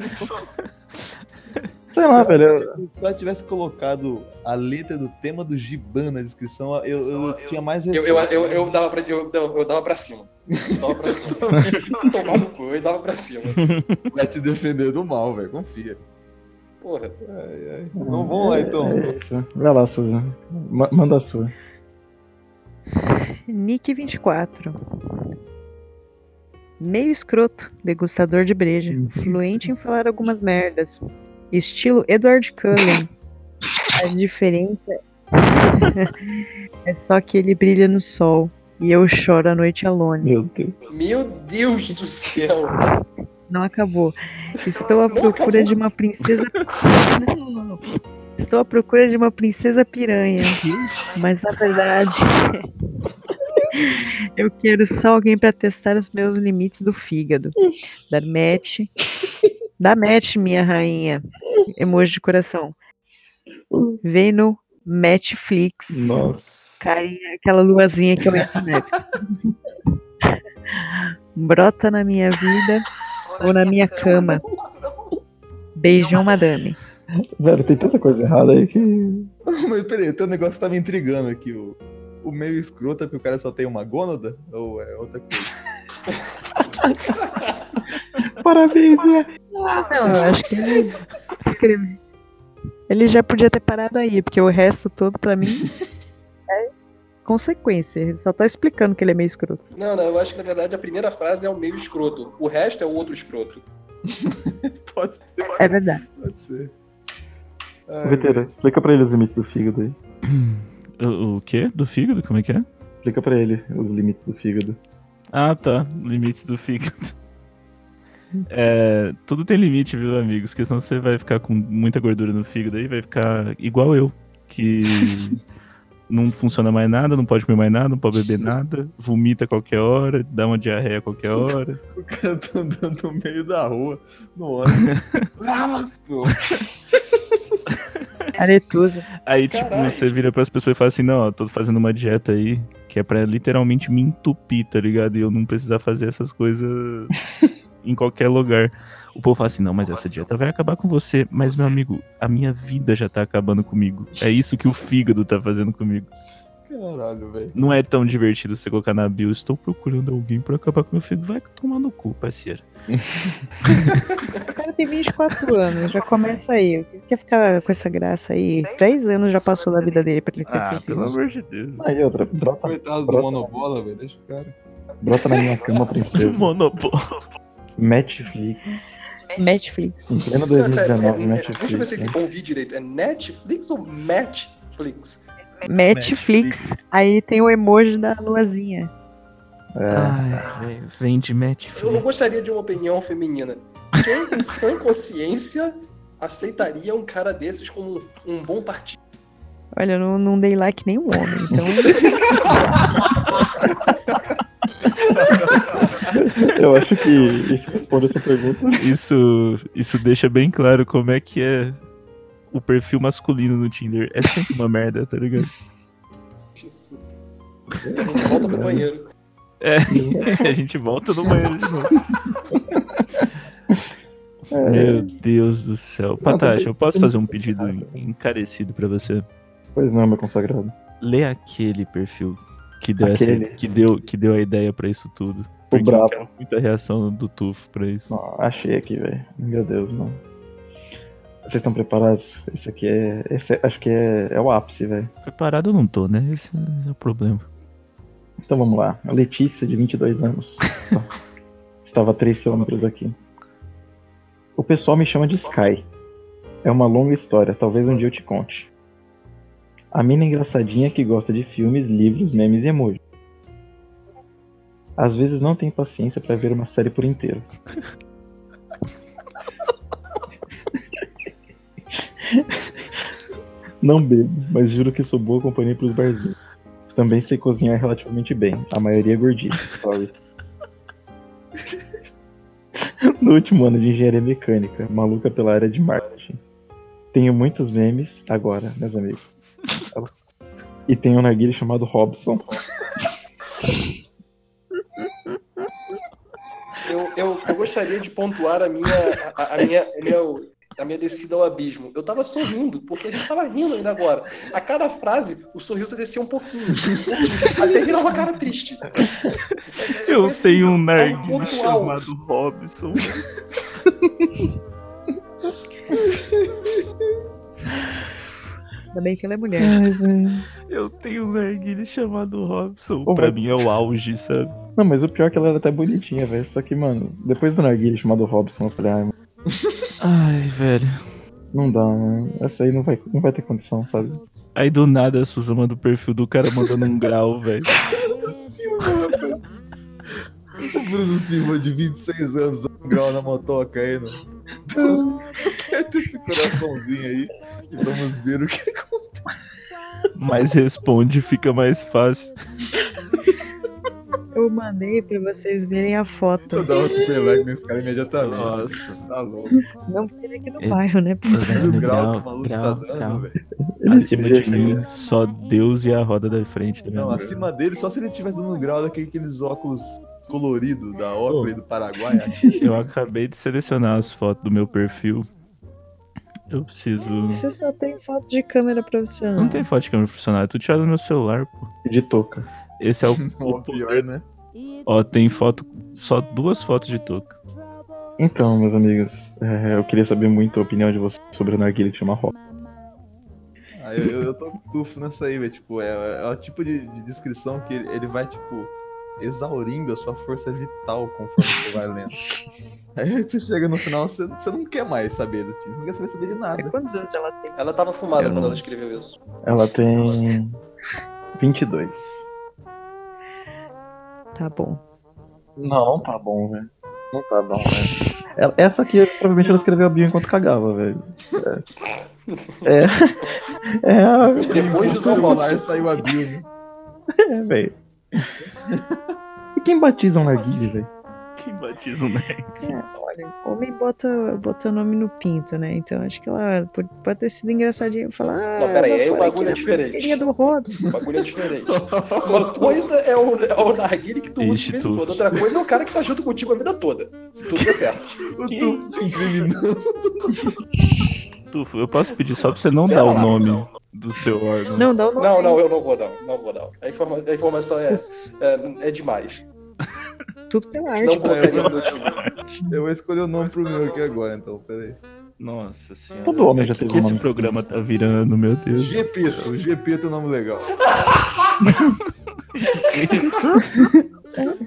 Sei
Será
lá, Ah, velho. eu-
que Se ela tivesse colocado a letra do tema do Giban na descrição, eu, eu tinha mais
Eu, eu,
respeito.
eu, eu dava pra, eu, eu eu dava pra cima. Eu dava pra cima. Tomar no cu, eu dava pra cima.
Vai te defender do mal, velho. Confia.
Porra.
Ai, ai. Então vamos lá, então.
Ah, É isso. Vai lá, Susan. Ma- manda a sua.
Nick 24. Meio escroto, degustador de breja, fluente em falar algumas merdas. Estilo Edward Cullen. A diferença é só que ele brilha no sol e eu choro a noite alone.
Meu Deus.
Meu Deus do céu.
Não acabou. Estou à
Não
procura
acabou.
de uma princesa. Não, não, não, não. Estou à procura de uma princesa piranha. Mas na verdade, eu quero só alguém para testar os meus limites do fígado. Dar match. Dá match, minha rainha. Emoji de coração. Vem no Matchflix.
Nossa.
Carinha, aquela luazinha que eu entro next. Brota na minha vida ou na minha cama. Beijão, madame.
Velho, tem tanta coisa errada aí que.
Mas peraí, tem um negócio que tá me intrigando aqui. O, o meio escroto é porque o cara só tem uma gônada? Ou é outra coisa?
Parabéns, né?
Ah, Não, eu acho que ele escreveu. Ele já podia ter parado aí, porque o resto todo, pra mim, é consequência. Ele só tá explicando que ele é meio escroto.
Não, não, eu acho que na verdade a primeira frase é o meio escroto. O resto é o outro escroto.
Pode ser,
É verdade.
pode ser. Ai,
Veterano, explica pra ele os limites do fígado aí.
O, o quê? Do fígado? Como é que é?
Explica pra ele os limites do fígado.
Ah, tá. Limites do fígado. É, tudo tem limite, viu, amigos? Porque senão você vai ficar com muita gordura no fígado aí, vai ficar igual eu, que não funciona mais nada, não pode comer mais nada, não pode beber nada, vomita a qualquer hora, dá uma diarreia a qualquer hora.
O cara tá andando no meio da rua, no ônibus. Ah, pô.
Aretusa.
Aí, tipo,
Caralho.
você vira pras pessoas e fala assim: não, ó, tô fazendo uma dieta aí que é pra literalmente me entupir, tá ligado? E eu não precisar fazer essas coisas em qualquer lugar. O povo fala assim: não, mas
Povo
essa
assim,
dieta vai acabar com você. Mas, meu
você.
amigo, a minha vida já tá acabando comigo. É isso que o fígado tá fazendo comigo.
Caralho, velho.
Não é tão divertido você colocar na bio: estou procurando alguém pra acabar com meu fígado. Vai tomar no cu, parceiro.
O cara tem 24 anos, já começa aí. Quer ficar com essa graça aí? 10 anos já passou da vida dele pra ele
Ah.
ter feito isso.
amor de Deus.
Aí, outra, brota,
Coitado do monobola, velho. Deixa o cara.
brota na minha cama, princesa.
Monopólio.
Netflix.
Netflix.
Em pleno
Não, sério, é-
2019,
é- deixa eu ver
Netflix.
se
né?
eu ouvi direito. É Netflix ou Matchflix?
Netflix. Aí tem o emoji da luazinha.
É,
Ai, velho, vende Netflix.
Eu gostaria de uma opinião feminina. Quem, sem consciência, aceitaria um cara desses como um bom partido?
Olha, eu não, não dei like nenhum homem, então.
eu acho que isso responde essa pergunta.
Isso, isso deixa bem claro como é que é o perfil masculino no Tinder. É sempre uma merda, tá ligado?
Isso. A gente volta pro banheiro.
É, A gente volta no banheiro de novo.
É,
Meu Deus do céu. Patati, eu posso fazer um pedido encarecido pra você?
pois não, meu consagrado.
Lê aquele perfil que deu, essa-
Aquele?
que deu, que deu a ideia pra isso tudo. Porque eu
brabo.
quero muita reação do Tufo pra isso.
Não, achei aqui, velho. Meu Deus, não. Vocês estão preparados? Esse aqui é. Esse é- acho que é, é o ápice, velho.
Preparado eu não tô, né? Esse é o problema.
Então vamos lá. A Letícia, de 22 anos. Estava a 3 quilômetros aqui. O pessoal me chama de Sky. É uma longa história, talvez um dia eu te conte. A mina engraçadinha que gosta de filmes, livros, memes e emojis. Às vezes não tem paciência pra ver uma série por inteiro. Não bebo, mas juro que sou boa companhia pros barzinhos. Também sei cozinhar relativamente bem. A maioria é gordinha, sorry. no último ano de engenharia mecânica, maluca pela área de marketing. Tenho muitos memes agora, meus amigos. E tenho um narguilho chamado Robson.
Eu, eu, eu gostaria de pontuar a minha, a, a minha, o meu- a minha descida ao abismo. Eu tava sorrindo, porque a gente tava rindo ainda agora. A cada frase, o sorriso descia um pouquinho. um pouquinho, Até virar uma cara triste.
Eu
Foi assim,
tenho um
é
narguilho
pontual.
chamado Robson.
Ainda bem que ela é mulher.
Ai, velho.
Eu tenho um narguilho chamado Robson.
Ô,
pra
Rob-
mim é o auge, sabe?
Não, mas o pior é que ela era até bonitinha, velho. Só que, mano, depois do narguilho chamado Robson, eu falei, ai, mano,
Ai, velho.
não dá, mano. Essa aí não vai, não vai ter condição, sabe?
Aí do nada a Suzy manda o perfil do cara mandando um grau, velho.
Silva, velho. O Bruno Silva, de 26 anos, dá um grau na motoca aí, não. Então, aperta esse coraçãozinho aí e vamos ver o que
Mas responde, fica mais fácil.
Eu mandei pra vocês verem a
eu
foto.
dar um super like nesse cara imediatamente.
Nossa.
Tá louco.
Não tem aqui no
É.
bairro, né? pô?
Olha o Tá grau que o maluco tá dando, velho.
Acima de
Ele-
mim, só Deus e a roda da frente. Tá
Não, assim-
ligado?
acima dele, só se ele tivesse dando um grau daqueles óculos coloridos da ópera e do Paraguai.
Eu acabei de selecionar as fotos do meu perfil. Eu preciso.
Você só tem foto de câmera profissional.
Não tem foto de câmera funcionária, tu tirado do meu celular, pô.
De touca.
Esse é o.
O pior, né?
Ó, tem foto. Só duas fotos de touca.
Então, meus amigos, é, eu queria saber muito a opinião de vocês sobre o narguilho que chama Robson.
Aí eu, eu tô tufo nessa aí, velho. Tipo, é, é o tipo de, de descrição que ele, ele vai, tipo, exaurindo a sua força vital conforme você vai lendo. Aí você chega no final, você, você não quer mais saber do time, você não quer saber de
É
nada.
Quantos anos ela tem?
Ela tava fumada
Eu
quando
não-
ela escreveu isso.
Ela tem 22.
Tá bom.
Não, não tá bom, velho. Não tá bom, velho. Ela- Essa aqui, provavelmente, ela escreveu a bio enquanto cagava, velho. É. É, é, a-
Depois dos
celular
almoços.
saiu a bio. né?
é velho. E quem batiza um narguile, velho?
Quem batiza o Neg?
Olha, homem bota, bota nome no pinto, né? Então acho que ela pode, pode ter sido engraçadinha falar. Ah,
Não, peraí,
eu
aí o
falei
bagulho
que
é
na
diferente.
bateria do Robson.
O bagulho é diferente. Uma coisa é o, é o narguile que tu usa de
Ixi,
vez em
tu-
quando, outra coisa é o cara que tá junto contigo a vida toda. Se tudo der certo.
O Tufo se incriminou.
Tufo, eu posso pedir só pra você não dar o nome do seu órgão.
Não, dá o nome.
Não, não, eu não vou não. Não vou não. A, informa- a informação é, é, é demais.
Tudo pela arte.
Não
pô.
colocaria no meu time.
Eu vou escolher o nome
tá
pro meu aqui agora, então, peraí.
Nossa senhora.
Todo homem já
O que,
teve
que
um
esse
nome
programa tá virando, meu Deus?
Gepito, Gepito é um nome legal.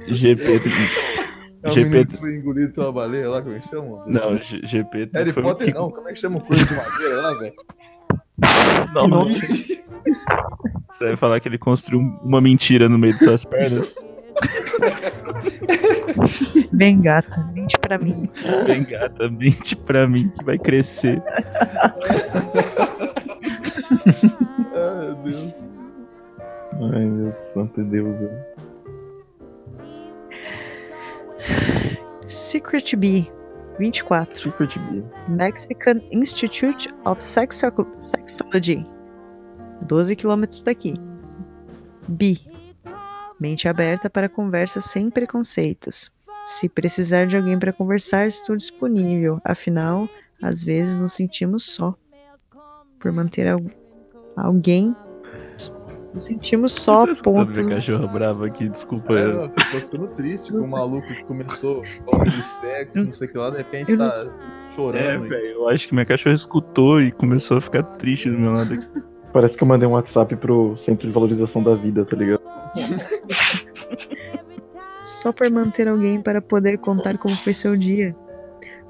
GP.
É o
Gepeto.
menino que foi engolido pela baleia lá, como é que chama?
Não, G- GP.
Harry
foi o
Potter
que-
não, como é que chama o coisa de madeira lá, velho?
Não, Você vai falar que ele construiu um- uma mentira no meio de suas pernas?
Vem, gata, mente pra mim.
Vem gata, mente pra mim que vai crescer.
Ai, meu Deus.
Ai, meu santo Deus, velho.
Secret Bee, 24.
Secret B.
Mexican Institute of Sexo Sexology. 12 quilômetros daqui. B. Mente aberta para conversa sem preconceitos. Se precisar de alguém para conversar, estou disponível. Afinal, às vezes nos sentimos só. Por manter al- alguém, nos sentimos só.
Você tá escutando
ponto.
minha cachorra brava aqui, desculpa.
É, não, eu tô ficando triste com o maluco que começou falando de sexo, não sei o que lá, de repente
Eu
tá
É,
chorando.
velho, eu acho que minha cachorra escutou e começou a ficar triste do meu lado aqui.
Parece que eu mandei um WhatsApp pro Centro de Valorização da Vida, tá ligado?
Só por manter alguém para poder contar como foi seu dia.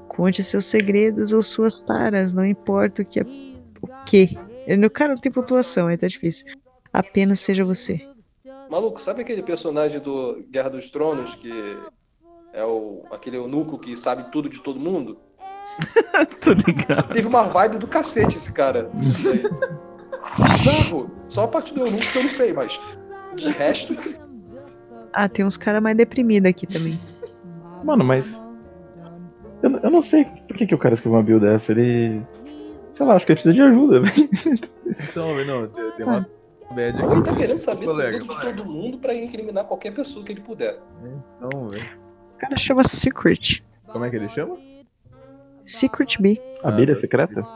Conte seus segredos ou suas taras, não importa o que é o que. No cara não tem pontuação, aí tá difícil. Apenas seja você.
Maluco, sabe aquele personagem do Guerra dos Tronos que é o aquele eunuco que sabe tudo de todo mundo?
Tô tá ligado.
Teve uma vibe do cacete esse cara. Isso daí. Bizarro. Só a parte do eunuco que eu não sei, mas de resto,
Ah, tem uns caras mais deprimidos aqui também.
Mano, mas. Eu, eu não sei por que, que o cara escreveu uma bio dessa. Ele. Sei lá, acho que ele precisa de ajuda, velho.
Então, velho, não, deu deu uma bad
alguém
aqui.
tá querendo saber tá-
Colega,
segredo de todo mundo pra incriminar qualquer pessoa que ele puder.
Então, velho.
O cara chama Secret.
Como é que ele chama?
Secret B.
Abelha
tá
secreta?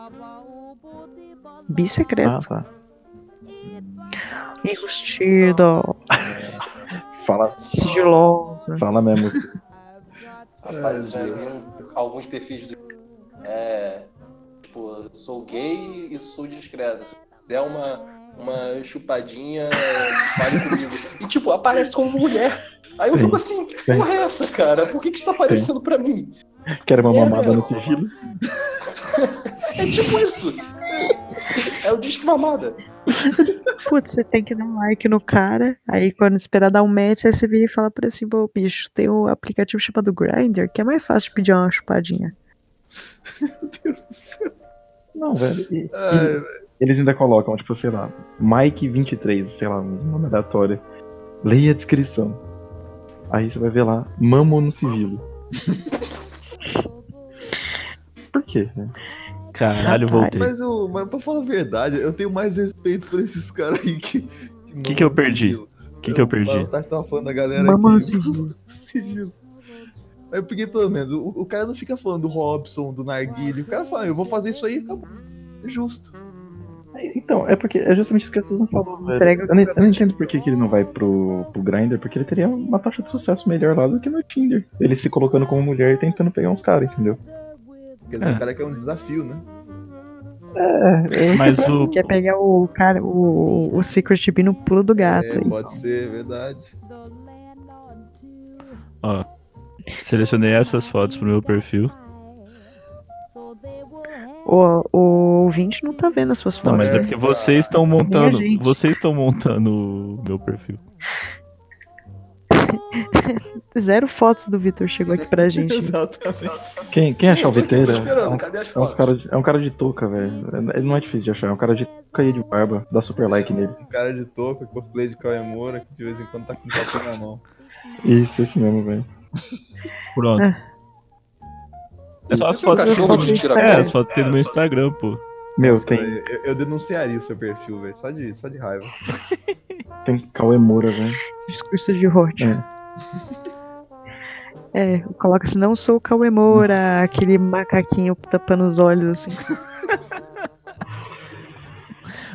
B
Ah,
secreto.
tá.
Enrustido.
Fala,
tipo Sigilosa.
fala mesmo.
Rapaz, eu já
Ai,
vi um- alguns perfis do. É. Tipo, sou gay e sou discreto. Se der uma, uma chupadinha, fale comigo. E, tipo, aparece como mulher. Aí eu
Sim.
fico assim, que
Sim.
porra é essa, cara? Por que, que isso tá aparecendo pra mim?
Quero uma
É,
mamada no
meu.
sigilo.
É tipo isso. É o disco mamada.
Putz, você tem que dar um like no cara. Aí quando esperar dar um match, aí você vira e fala pra ele assim, pô, bicho, tem um aplicativo chamado Grindr, que é mais fácil de pedir uma chupadinha.
Não, velho. e- e
Ai, velho.
eles ainda colocam, tipo, sei lá, Mike23, sei lá, um nome aleatório. Leia a descrição. Aí você vai ver lá, mamo no sigilo. Por quê? né?
Caralho, voltei. O
Mas, eu, mas pra falar a verdade, eu tenho mais respeito por esses caras aí que. O
Que que eu perdi? que, que eu perdi?
O Tati tava falando da galera
Mama no
aqui.
sigilo.
sigilo. Aí porque pelo menos o, o cara não fica falando do Robson, do Narguile. O cara fala, "Ah, eu vou fazer isso aí, acabou. É justo.
É, Então, é porque é justamente isso que a Susan falou, velho.
Entrega o
Eu não, eu não entendo por que, que ele não vai pro, pro Grindr, porque ele teria uma taxa de sucesso melhor lá do que no Tinder. Ele se colocando como mulher e tentando pegar uns caras, entendeu?
Quer dizer,
É.
o cara quer um desafio, né?
É,
Mas o.
Quer pegar o cara, o, o Secret B no pulo do gato.
É, pode ser, é verdade.
Selecionei essas fotos pro meu perfil.
O, o ouvinte não tá vendo as suas
Não,
fotos.
mas é porque vocês estão montando.
Minha gente.
Vocês estão montando o meu perfil.
Zero fotos do Vitor chegou aqui pra gente.
Exatamente.
Quem, quem é
Sim, eu tô aqui,
Calveteira?
Tô esperando,
É um-
cadê as
É, uns
fotos?
cara de, é um cara de touca, velho. É- Não é difícil de achar. É um cara de touca e de barba. Dá super like nele.
Um cara de touca, cosplay de Cauê Moura, que de vez em quando tá com um papel na mão.
Isso, esse mesmo, velho.
Pronto. É só as
Esse é um
fotos.
cachorro
que eu-
de tirar
É,
pé.
as fotos que tem no meu Instagram, pô.
Meu,
Nossa,
tem,
velho, Eu, eu denunciaria o seu perfil, velho. Só de, só de raiva.
tem Cauê Moura, velho.
Discurso de ódio. É, coloca-se não sou o Cauê Moura, aquele macaquinho tapando os olhos assim.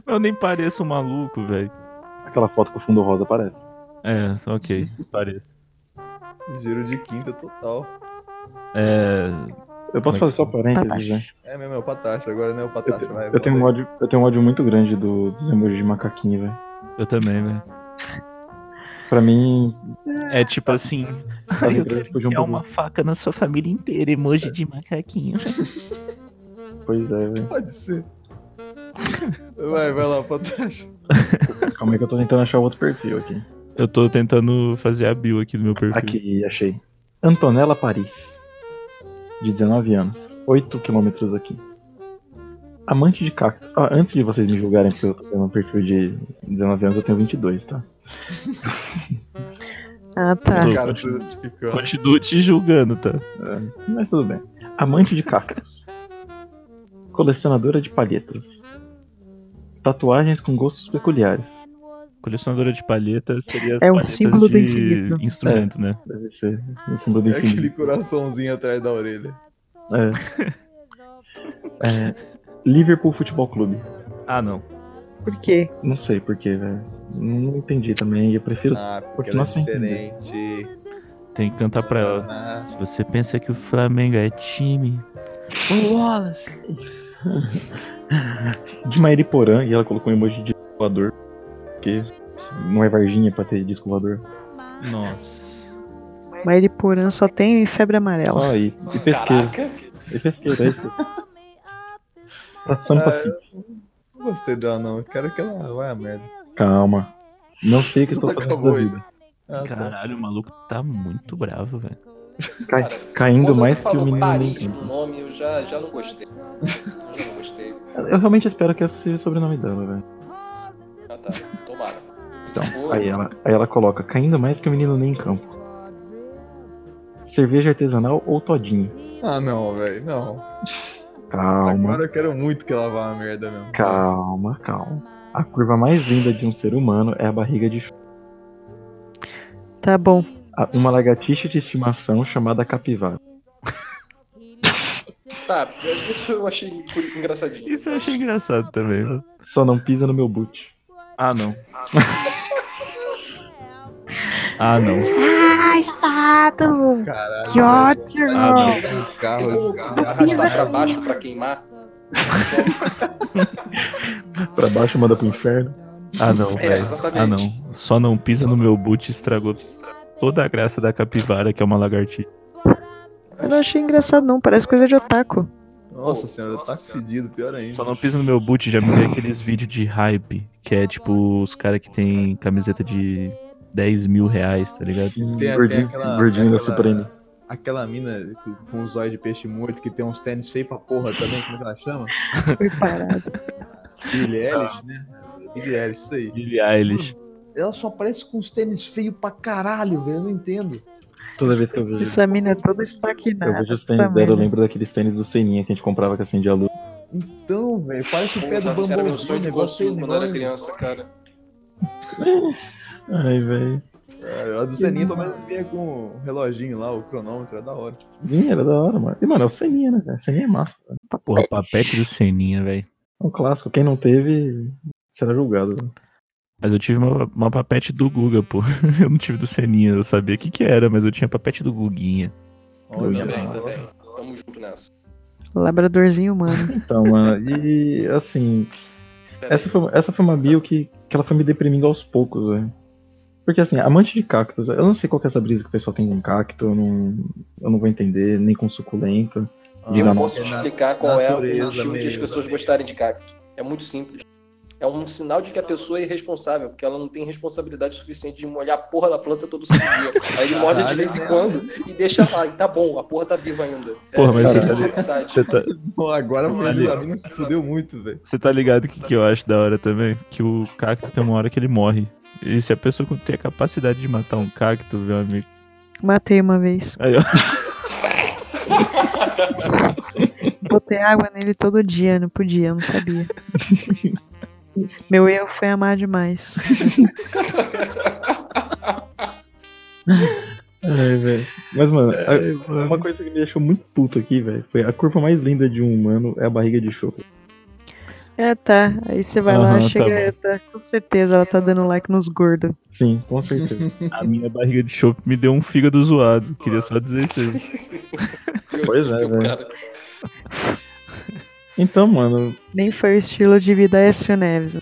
Eu nem pareço um maluco, velho.
Aquela foto com o fundo rosa parece.
É, ok, pareço.
Giro de quinta total.
É.
Eu posso
Como é que
fazer só
tá?
parênteses, né?
É mesmo, é o Patacha. Agora não é o
Eu,
Patacha, vai.
eu tenho um ódio, eu tenho um ódio muito grande do- dos emojis de macaquinho, velho.
Eu também, velho.
Pra mim,
É tipo assim.
as empresas podiam
É uma
mudar.
faca na sua família inteira, emoji de macaquinho.
Pois é, velho.
Pode ser. Vai, vai lá, Patacha.
Calma aí que eu tô tentando achar outro perfil aqui.
Eu tô tentando fazer a bio aqui do meu perfil.
Aqui, achei. Antonella Paris, de 19 anos, 8 quilômetros aqui. Amante de cactos. Ah, antes de vocês me julgarem que eu tô tendo um perfil de 19 anos, eu tenho 22, tá?
Ah, tá.
Tô-
Cara, você justificando.
Continuo te julgando, tá?
Mas tudo bem. Amante de cactos. Colecionadora de palhetas. Tatuagens com gostos peculiares.
Colecionadora de palhetas seria as
É um
palhetas
símbolo do
de
infinito. É.
instrumento, né?
Deve ser um símbolo do
É aquele
infinito.
coraçãozinho atrás da orelha.
É. É, Liverpool Futebol Clube.
Ah, não.
Por quê?
Não sei porquê, velho. Não entendi também. Eu prefiro.
Ah, porque
Porque
ela é
nós sem entender.
diferente.
Tem que cantar pra ela.
Ah,
Se você pensa que o Flamengo é time. Ô, Wallace!
De Mairiporã, e ela colocou um emoji de disco voador. Porque não é Varginha pra ter disco voador.
Nossa.
Mas ele porã só tem febre amarela.
Só aí. E pesqueiro.
Tá Caraca,
E pesqueiro, é isso. Tração
Ah,
pacífica.
Não gostei dela, não. Eu quero que ela. Vai a merda.
Calma. Não sei o que estou fazendo
Acabou
da vida.
ainda. Ah, tá.
Caralho, o maluco tá muito bravo, velho.
Cai-
Cara,
caindo
quando
mais
ele
que o
falou
menino.
Paris
Lincoln.
no nome, eu já, já não gostei. Eu já não gostei.
Eu realmente espero que esse seja o sobrenome dela, velho.
Ah tá, tomara. Se
Então,
for,
aí ela, aí ela coloca, caindo mais que o menino nem em campo. Cerveja artesanal ou todinho?
Ah, não, velho. Não.
Calma,
Agora eu quero muito que ela vá a merda mesmo.
calma, calma. A curva mais linda de um ser humano é a barriga de chu-
Tá bom.
a- uma lagartixa de estimação chamada capivara.
Tá, isso eu achei curi- engraçadinho.
Isso eu achei engraçado também. mano.
Só não pisa no meu boot.
Ah, não. ah, não.
Ah, estado!
Caralho.
Que ódio!
Ah, não.
Tem
Carro,
como
carro.
arrastar pra baixo pra queimar?
Pra baixo manda pro inferno.
Ah, não,
É,
velho.
exatamente.
Ah, não. Só não pisa no meu boot estragou toda a graça da capivara, que é uma lagartixa.
Eu não achei engraçado, não. Parece coisa de otaku.
Nossa senhora, tá fedido, pior ainda.
Só não pisa no meu boot, já me vê aqueles vídeos de hype, que é tipo os caras que tem camiseta de 10 mil reais, tá ligado?
Sim,
Tem- tem
gordinho
aquela-
gordinho da
aquela-
Super N.
Aquela mina com- com os olhos de peixe morto que tem uns tênis feio pra porra também, como é que ela chama?
Foi parado.
Billie Eilish, né? Billie Eilish, isso aí.
Billie Eilish.
Ela só aparece com os tênis feio pra caralho, velho. Eu não entendo.
Toda vez que eu vejo,
Essa mina é toda
eu
estaquinada.
vejo assim, os tênis
também,
dela, eu
né?
lembro daqueles tênis do Seninha que a gente comprava que acendia a luz.
Então, velho, parece o pé do um
Porra,
bambu. né?
Esse era meu sonho de consumo quando eu era
criança.
criança, cara.
Ai, velho.
A do Seninha pelo menos é vinha com o reloginho lá, o cronômetro, era da hora.
Vinha, era da hora, mano. E, mano, é o Seninha, né, velho? Seninha é massa. velho.
Porra, papete do Seninha, velho.
É um clássico. Quem não teve, será julgado. velho.
Mas eu tive uma, uma papete do Guga, pô. Eu não tive do Seninha, eu sabia o que que era, mas eu tinha papete do Guguinha.
Olha
Também,
só.
também. Tamo junto nessa.
Labradorzinho humano.
Então, mano, e assim,
Pera
essa
aí.
foi, essa foi uma bio que, que ela foi me deprimindo aos poucos, velho. Porque assim, amante de cactos, eu não sei qual que é essa brisa que o pessoal tem com cacto, eu não, eu não vou entender, nem com suculenta.
Ah,
Eu
Não,
posso
na-
explicar qual é o
natureza
motivo de as
mesmo.
pessoas gostarem de cacto. É muito simples. É É um sinal de que a pessoa é irresponsável, porque ela não tem responsabilidade suficiente de molhar a porra da planta todo santo dia. Aí ele molha de
Caralho,
vez em
né?
quando e deixa lá. E tá bom, a porra tá viva ainda.
Porra, mas
é,
você tá
é,
ligado-
site.
Você tá,
Pô, agora o
Ali.
Flaviano se fudeu muito, velho.
você tá ligado que, que eu acho da hora também? Que o cacto tem uma hora que ele morre. E se a pessoa tem a capacidade de matar um cacto, meu amigo.
Matei uma vez.
Aí, ó.
Botei água nele todo dia, não podia, eu não sabia. Meu erro foi amar demais.
Ai, É, velho. Mas, mano, a- uma coisa que me deixou muito puto aqui, velho, foi a curva mais linda de um humano é a barriga de choco.
É, tá. Aí você vai
Aham,
lá,
tá
chega. tá- com certeza ela tá dando like nos gordos.
Sim, com certeza.
A minha barriga de chope me deu um fígado zoado. Queria só dizer isso aí.
Pois é,
Meu
velho.
né?
cara.
Então, mano,
Nem foi o estilo de vida é né, Écio Neves.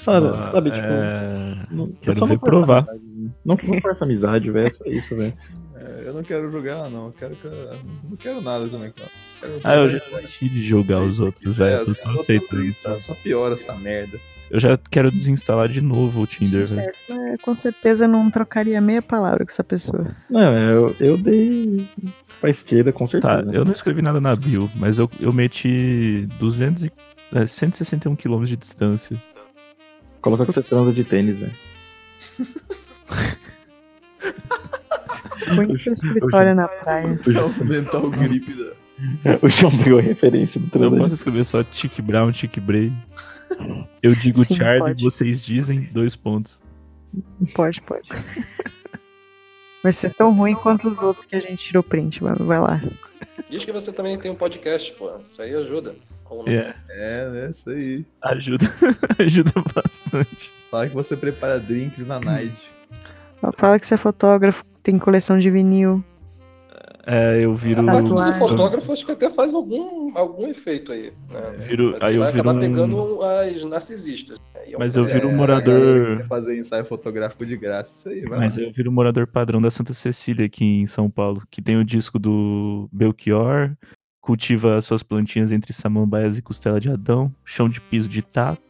sabe,
Ah,
sabe tipo.
é...
não-
quero
só não
ver
força
provar.
amizade, né? Não, não força amizade, velho, é só isso, velho.
É, eu não quero jogar, não. Eu quero que. eu- Não quero nada com o Necron. Quero-
Ah,
né?
eu já desisti de jogar os outros,
É,
velho. Eu tô
eu tô
aceitando,
triste,
sabe?
Só piora essa merda.
Eu já quero desinstalar de novo o Tinder, velho.
Essa, É, com certeza eu não trocaria meia palavra com essa pessoa.
Não, é, eu, eu dei pra esquerda, com
Tá,
certeza.
eu não escrevi nada na bio, mas eu, eu meti 200 e, é, 161 km de distância.
Coloca que você transa de tênis, velho.
Põe seu escritório na praia.
Pra aumentar o gripe da.
O João pegou a referência do
Eu
transa
posso escrever só Chick Brown, Chick Bray. Eu digo
Sim,
Charlie,
pode.
vocês dizem dois pontos.
Pode, pode. Vai ser tão ruim quanto os outros que a gente tirou print. Vai, vai lá.
Diz que você também tem um podcast, pô. Isso aí ajuda. Ou não?
É,
É, né? Isso aí.
ajuda, ajuda bastante.
Fala que você prepara drinks na night.
Só Fala que você é fotógrafo, tem coleção de vinil.
É, eu viro.
Tá,
A parte do
Claro.
fotógrafo acho que até faz algum, algum efeito aí. Né?
viro
Você
aí eu
vai
viro
acabar
um,
pegando as narcisistas. Aí é um
mas eu viro um
É,
morador.
quer fazer ensaio fotográfico de graça. Isso aí, vai.
Mas
lá.
eu viro um morador padrão da Santa Cecília aqui em São Paulo, que tem o disco do Belchior, cultiva suas plantinhas entre samambaias e costela de Adão, chão de piso de taco.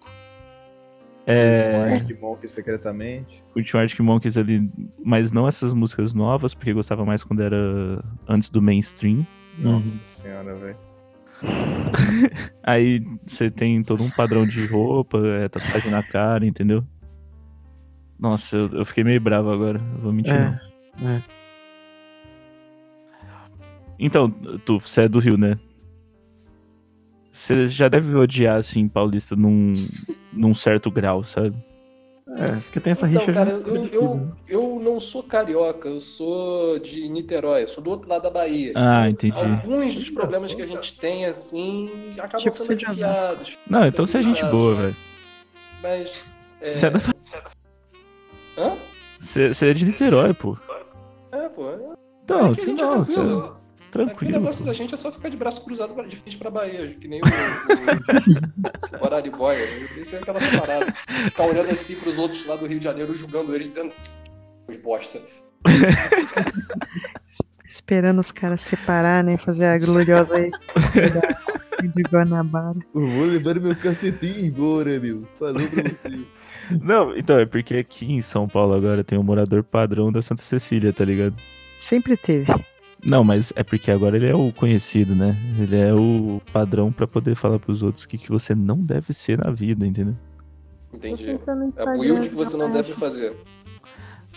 Um
É,
Arquimonk secretamente.
curti o Arctic Monkeys ali, mas não essas músicas novas, porque eu gostava mais quando era antes do mainstream. Uhum.
Nossa senhora, velho.
Aí você tem todo um padrão de roupa, é, tatuagem na cara, entendeu? Nossa, eu, eu fiquei meio bravo agora, não vou mentir
É,
não.
é.
Então, tu, você é do Rio, né? Você já deve odiar, assim, paulista num, num certo grau, sabe?
É, porque tem essa
Então,
rixa.
cara, eu-
subjetiva,
eu-
né?
Eu não sou carioca, eu sou de Niterói, eu sou do outro lado da Bahia.
Ah, entendi.
Alguns dos problemas que a gente tem, assim, acabam
Tipo
sendo
ser de
aliviados.
Não, então você é gente boa, velho.
Mas. É...
Você é, da-
Hã?
você- você é de Niterói, pô.
É, pô. é-
Então,
é que a
assim,
gente
não,
é
você
tranquilo.
é
Aqui o
tranquilo.
negócio
pô.
da gente é só ficar de braço cruzado pra, de frente pra Bahia, que nem o, o, o Araribóia. Isso é aquela parada. Ficar olhando assim pros outros lá do Rio de Janeiro, julgando eles, dizendo. "Os Bosta.
Esperando os caras separar, né? Fazer a gloriosa aí de Guanabara.
Eu vou levar meu cacetinho embora, meu. Falou pra vocês.
Não, então, é porque aqui em São Paulo agora tem um morador padrão da Santa Cecília, tá ligado?
Sempre teve.
Não, mas é porque agora ele é o conhecido, né? Ele é o padrão pra poder falar pros outros o que, que você não deve ser na vida, entendeu?
Entendi. É a build que você não deve fazer.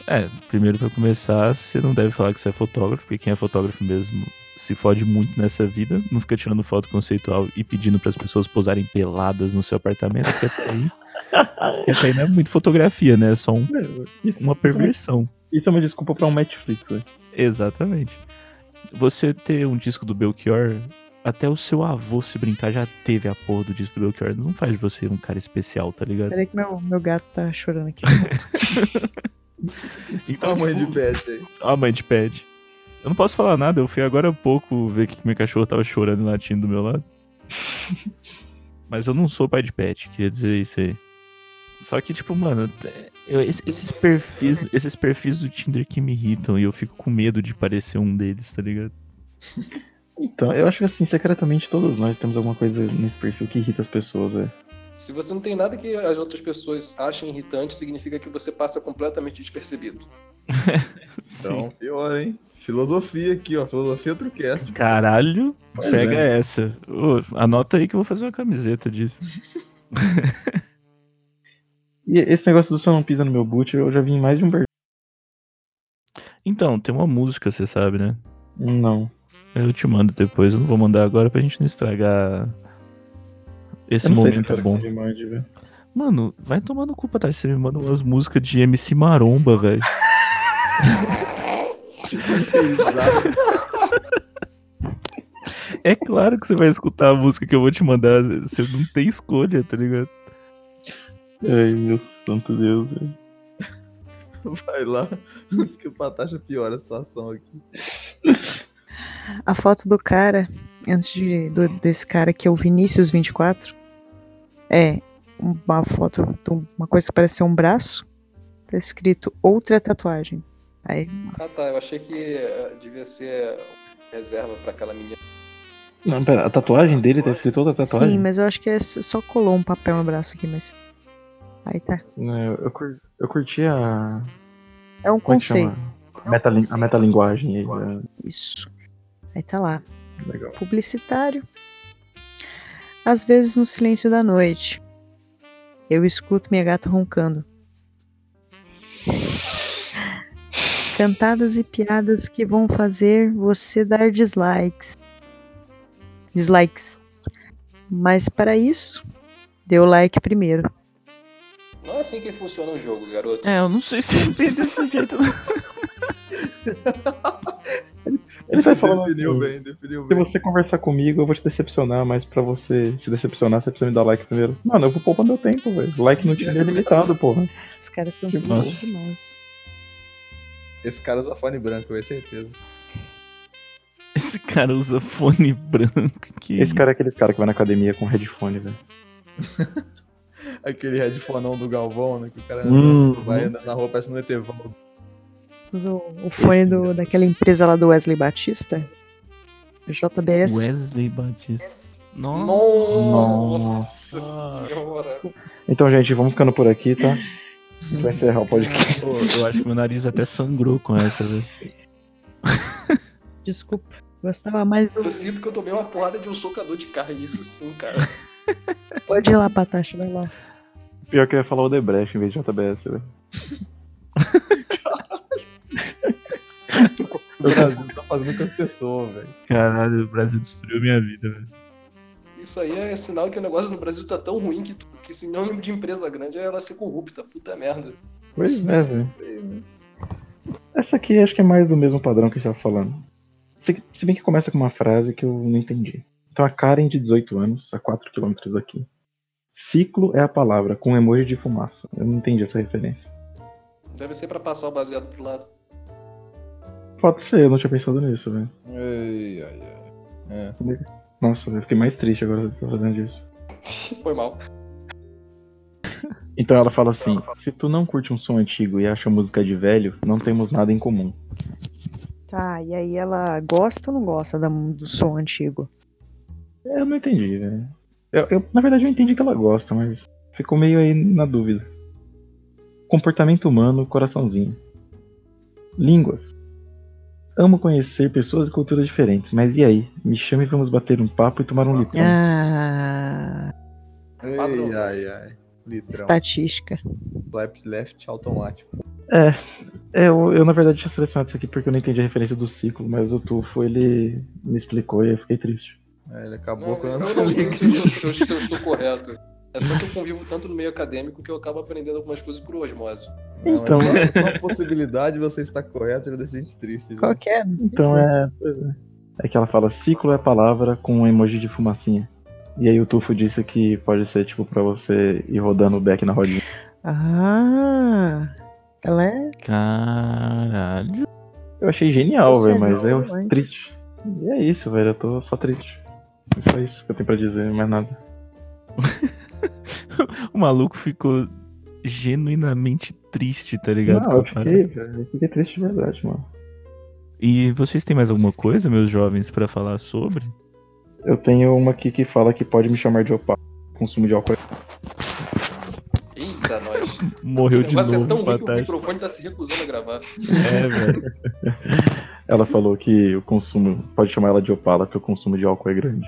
É, primeiro pra começar, você não deve falar que você é fotógrafo, porque quem é fotógrafo mesmo se fode muito nessa vida, não fica tirando foto conceitual e pedindo pras pessoas posarem peladas no seu apartamento, porque até aí, porque até aí não é muito fotografia, né? É só um-
Isso,
uma
isso é uma-
perversão.
Isso é uma desculpa pra um Netflix, velho.
Exatamente. Você ter um disco do Belchior, até o seu avô se brincar já teve a porra do disco do Belchior. Não faz de você um cara especial, tá ligado?
Peraí que meu, meu gato tá chorando aqui.
Olha a mãe de
tipo,
pet aí.
a mãe de pet. Eu não posso falar nada, eu fui agora há pouco ver que meu cachorro tava chorando e latindo do meu lado. Mas eu não sou pai de pet, queria dizer isso aí. Só que, tipo, mano, eu- esses- esses perfis, esses perfis do Tinder que me irritam e eu fico com medo de parecer um deles, tá ligado?
Então, eu acho que assim, secretamente todos nós temos alguma coisa nesse perfil que irrita as pessoas, velho.
Se você não tem nada que as outras pessoas achem irritante, significa que você passa completamente despercebido.
Sim.
Então, pior, hein? Filosofia aqui, ó. Filosofia é Trucast.
Caralho,
Pois
pega
é.
essa. Ô, anota aí que eu vou fazer uma camiseta disso.
E esse negócio do só não pisa no meu boot, eu já vi em mais de um versículo.
Então, tem uma música, você sabe, né?
Não.
Eu te mando depois, eu não vou mandar agora pra gente não estragar esse
eu não sei se
momento
eu quero
bom.
que você me mande, É velho.
Mano, vai tomar no cu, Patati. Você me manda umas músicas de MC Maromba, velho.
Exato.
É claro que você vai escutar a música que eu vou te mandar. Você não tem escolha, tá ligado?
Ai, meu santo Deus, velho.
Vai lá. Diz que o Patacha piora a situação aqui.
A foto do cara, antes de, do- desse cara que é o Vinícius24, é uma foto de uma coisa que parece ser um braço, tá escrito outra tatuagem. Aí,
Ah tá, eu achei que eh, devia ser reserva pra aquela menina.
Não, pera, a tatuagem dele tá escrito outra tatuagem?
sim, mas eu acho que é s- só colou um papel no braço aqui, mas. Aí tá.
Não, Né, eu, cur- eu curti a.
É um
Como é que chama?
conceito.
Metalin- a metalinguagem aí. né?
Isso. Aí tá lá.
Legal.
publicitário. Às vezes no silêncio da noite, eu escuto minha gata roncando. Cantadas e piadas que vão fazer você dar dislikes. Dislikes. Mas para isso, dê o like primeiro.
Não é assim que funciona o jogo, garoto.
É, eu não sei se ele fez desse jeito. não.
é. Ele vai falando
Definiu
assim,
bem, definiu
se
bem.
você conversar comigo, eu vou te decepcionar, mas pra você se decepcionar, você precisa me dar like primeiro. Mano, eu vou poupar meu tempo, velho. Like no Tinder é limitado, porra.
Os caras são
Nossa.
bons demais.
Esse cara usa fone branco, eu tenho certeza.
Esse cara usa fone branco. Que
Esse cara é aquele cara que vai na academia com headphone, velho.
Aquele headphone do Galvão, né? Que o cara anda-
Hum.
vai andando na rua, parece um Etevaldo.
Usou o fone do, daquela empresa lá do Wesley Batista.
é
JBS.
Wesley Batista. Nossa.
Nossa,
Nossa.
senhora.
Então, gente, vamos ficando por aqui, tá? A gente vai encerrar o podcast.
Pô, eu acho que meu nariz até sangrou com essa, velho.
Desculpa. Gostava mais do.
Eu sinto que eu tomei uma porrada de um socador de carro, e isso sim, cara.
Pode ir lá, Patacha, vai lá.
Pior que eu ia falar o Debrecht em vez de JBS, velho.
O Brasil tá fazendo com as pessoas, velho.
Caralho, o Brasil destruiu minha vida, velho.
Isso aí é sinal que o negócio no Brasil tá tão ruim que, que sinônimo de empresa grande é ela ser corrupta. Puta merda.
Pois é, velho. Essa aqui acho que é mais do mesmo padrão que a gente tava falando. Se, se bem que começa com uma frase que eu não entendi. Então, a Karen, de 18 anos, a 4 quilômetros daqui. Ciclo é a palavra, com emoji de fumaça. Eu não entendi essa referência.
Deve ser pra passar o baseado pro lado.
Pode ser, eu não tinha pensado nisso, velho.
Ai, ai, ai. É.
Nossa, eu fiquei mais triste agora que eu tô sabendo disso.
Foi mal.
Então ela fala assim: se tu não curte um som antigo e acha música de velho, não temos nada em comum.
Tá, e aí ela gosta ou não gosta da- do som antigo?
É, Eu não entendi, velho. Eu, eu- na verdade, eu entendi que ela gosta, mas ficou meio aí na dúvida. Comportamento humano, coraçãozinho. Línguas. Amo conhecer pessoas e culturas diferentes, mas e aí? Me chama e vamos bater um papo e tomar um litrão.
Ah,
Ai,
Padrãozão.
ai, ai. Litrão.
estatística.
Slap left automático.
É, eu, eu, na verdade tinha selecionado isso aqui porque eu não entendi a referência do ciclo, mas o Tufo ele me explicou e eu fiquei triste.
É, ele
Não,
acabou com a
eu
nossa
não sei
liga.
se eu, se eu- se eu estou correto. É só que eu convivo tanto no meio acadêmico que eu acabo aprendendo algumas coisas por osmose.
Não,
Então-
é só, só a possibilidade de você estar correto ele deixa a gente triste.
Qual
Viu?
que é?
Então é. pois é. É que ela fala ciclo é palavra com um emoji de fumacinha. E aí o Tufo disse que pode ser tipo pra você ir rodando o back na rodinha.
Ah, ela é.
Caralho.
Eu achei genial,
Você
velho,
é
mas
doido,
eu
mas-
triste. E é isso, velho, eu tô só triste. É só isso que eu tenho pra dizer, mais nada.
O maluco ficou genuinamente triste, tá ligado?
Não,
com a
eu fiquei,
parada.
velho, eu fiquei triste de verdade, mano.
E vocês têm mais alguma
Vocês têm-
coisa, meus jovens, pra falar sobre?
Eu tenho uma aqui que fala que pode me chamar de opa. Consumo de álcool. é-
pra nós.
Morreu de
Vai ser é tão
novo,
ruim que o
fantástico.
microfone tá se recusando a gravar.
É, velho.
Ela falou que o consumo, pode chamar ela de opala, que o consumo de álcool é grande.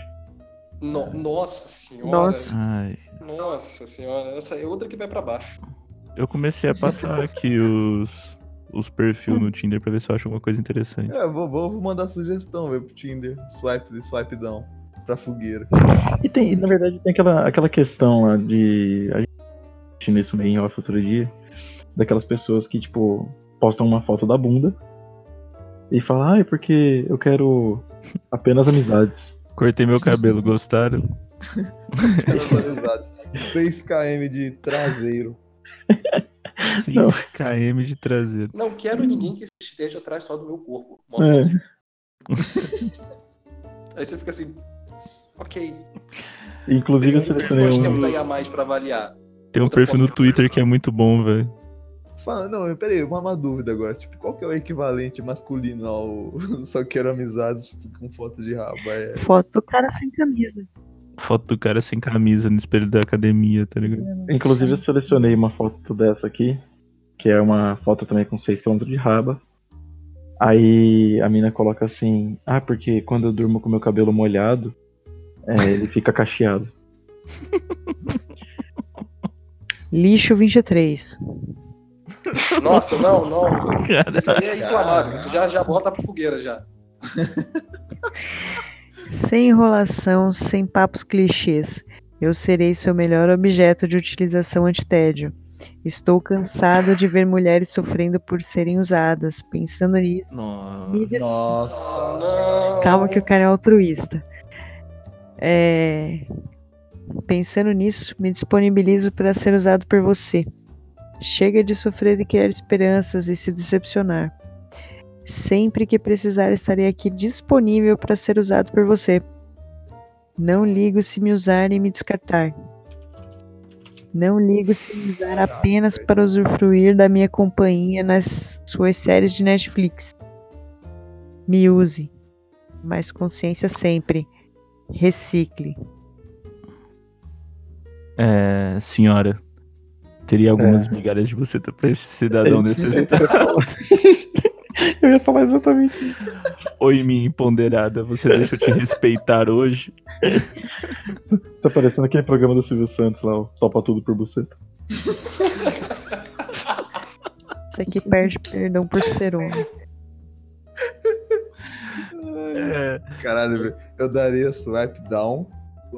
No- nossa senhora.
Nossa.
Ai,
Nossa senhora. Essa é outra que vai pra baixo.
eu comecei a passar aqui os, os perfis no Tinder pra ver se eu acho alguma coisa interessante.
É, vou, vou vou mandar sugestão, velho, pro Tinder. Swipe, swipe down. Pra fogueira.
E tem, e, na verdade, tem aquela, aquela questão lá de. A gente nisso meio em off outro dia. Daquelas pessoas que, tipo, postam uma foto da bunda e falam, ai, porque eu quero apenas amizades.
Cortei meu cabelo, gostaram?
Caras valorizados. 6km de traseiro.
6 km de traseiro.
Não quero ninguém que esteja atrás só do meu corpo. Uma
É,
Aí você fica assim. Ok.
inclusive eu selecionei
Nós temos
um.
aí a mais pra avaliar.
Tem um
Outra
perfil no
foto.
Twitter que é muito bom, velho.
Fala, não, eu- peraí, uma, uma dúvida agora. Tipo, qual que é o equivalente masculino ao só quero amizades com foto de rabo? É
Foto do cara sem camisa.
Foto do cara sem camisa no espelho da academia, tá ligado?
Inclusive eu selecionei uma foto dessa aqui, que é uma foto também com 6km de raba. Aí a mina coloca assim, ah, porque quando eu durmo com meu cabelo molhado, é, ele fica cacheado.
Lixo 23.
Nossa, não, não.
Cara,
Isso aí é inflamável. Isso já, já bota pra fogueira já.
Sem enrolação, sem papos clichês. Eu serei seu melhor objeto de utilização antitédio. Estou cansado de ver mulheres sofrendo por serem usadas. Pensando nisso. me des-
Nossa.
Não.
Calma que o cara é altruísta. É, Pensando nisso, me disponibilizo para ser usado por você. Chega de sofrer e criar esperanças e se decepcionar. Sempre que precisar, estarei aqui disponível para ser usado por você. Não ligo se me usar e me descartar. Não ligo se me usar apenas para usufruir da minha companhia nas suas séries de Netflix. Me use mas consciência sempre. Recicle.
É, senhora, teria algumas migalhas de você pra esse cidadão necessitado.
Eu ia falar exatamente isso.
Oi, minha empoderada, você deixa eu te respeitar hoje?
Tá parecendo aquele programa do Silvio Santos lá, o Topa Tudo por Buceta.
Isso aqui perde perdão por ser homem.
É,
Caralho, velho. Eu daria swipe down.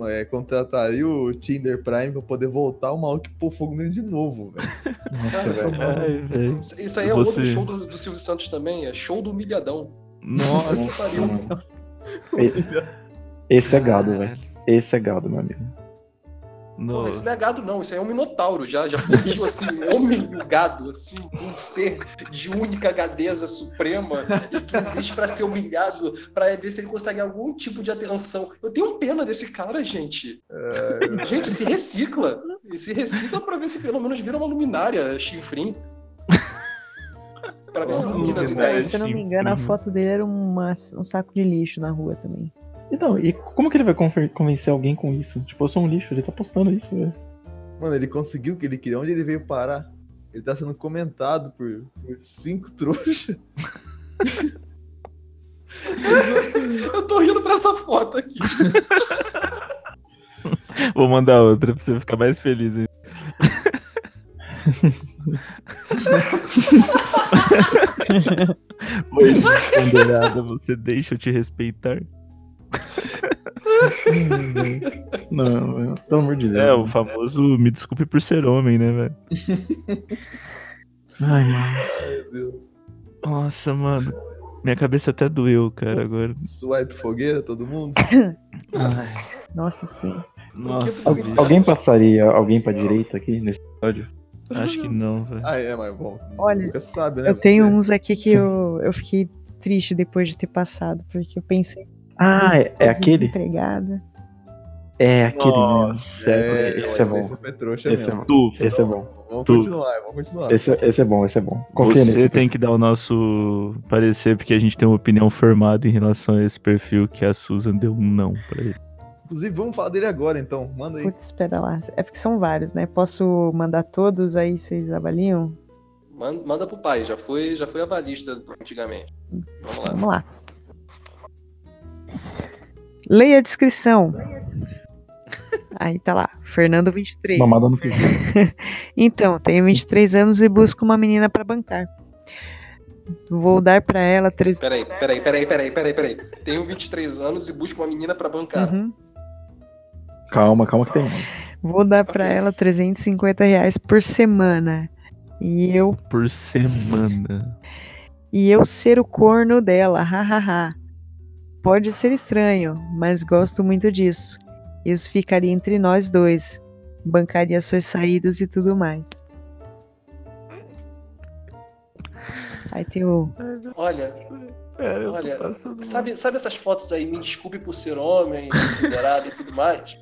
É, contrataria o Tinder Prime pra poder voltar o maluco e pôr fogo nele de novo, velho.
Cara,
É.
velho.
ai, velho.
Isso- Isso aí é
Você-
outro show do, do Silvio Santos também, é show do humilhadão.
Nossa.
Nossa.
Esse é gado, velho. Esse é gado, meu amigo.
Pô,
No-
isso não é gado, não, isso aí é um minotauro já, já fugiu assim, um homem e um gado, assim, um ser de única gadeza suprema e que existe pra ser humilhado, pra ver se ele consegue algum tipo de atenção. Eu tenho pena desse cara, gente.
É.
Gente, se recicla. E se recicla pra ver se pelo menos vira uma luminária, chinfrim. Pra ver se
Uma
ilumina as
luminária.
ideias.
Se eu não me engano, a foto dele era uma- um saco de lixo na rua também.
Então, e como que ele vai confer- convencer alguém com isso? Tipo, eu sou um lixo, ele tá postando isso, velho.
Mano, ele conseguiu o que ele queria. Onde ele veio parar? Ele tá sendo comentado por, por cinco trouxas.
Eu tô rindo pra essa foto aqui.
Vou mandar outra pra você ficar mais feliz. hein? Oi, minha empoderada, você deixa eu te respeitar?
Não, velho, pelo amor de Deus.
É, o famoso me desculpe por ser homem, né, velho?
Ai, mano.
Meu Deus.
Nossa, mano. Minha cabeça até doeu, cara, agora.
Swipe fogueira, todo mundo?
Nossa, sim.
Nossa,
Al-
bicho.
Alguém passaria alguém pra direita aqui nesse episódio?
acho que não, velho.
Ah, é, mas bom.
Olha,
nunca se sabe, né?
Eu tenho
velho?
uns aqui que eu, eu fiquei triste depois de ter passado, porque eu pensei.
Ah, é, é
tô
aquele?
Desempregada.
É aquele mesmo.
Nossa,
É,
esse é
esse
bom.
aí você foi trouxa
Esse é
mesmo.
bom.
Tu,
Esse é bom.
Vamos
Tu-
continuar, vamos continuar.
Esse, é- esse é bom, esse é bom. Confia
você
nesse.
tem que dar o nosso parecer, porque a gente tem uma opinião formada em relação a esse perfil que a Susan deu um não pra ele.
Inclusive, vamos falar dele agora, então. Manda aí.
Putz, espera lá. É porque são vários, né? Posso mandar todos aí, vocês avaliam?
Man- Manda pro pai, já foi, já foi avalista antigamente. Vamos lá.
Vamos lá. Leia a descrição. Aí tá lá, Fernando 23.
Mamada no feijão.
Então, tenho 23 anos e busco uma menina pra bancar. Vou dar pra ela 3
Peraí, peraí, peraí, peraí, peraí, peraí. Tenho 23 anos e busco uma menina pra bancar.
Uhum.
Calma, calma que tem. mais.
Vou dar pra
Ok.
ela 350 reais por semana. E eu,
Por semana.
e eu ser o corno dela, hahaha. Pode ser estranho, mas gosto muito disso. Isso ficaria entre nós dois. Bancaria suas saídas e tudo mais. Aí tem o.
Olha,
É, eu
Olha,
tô passando.
sabe, sabe essas fotos aí, me desculpe por ser homem, liderado e tudo mais?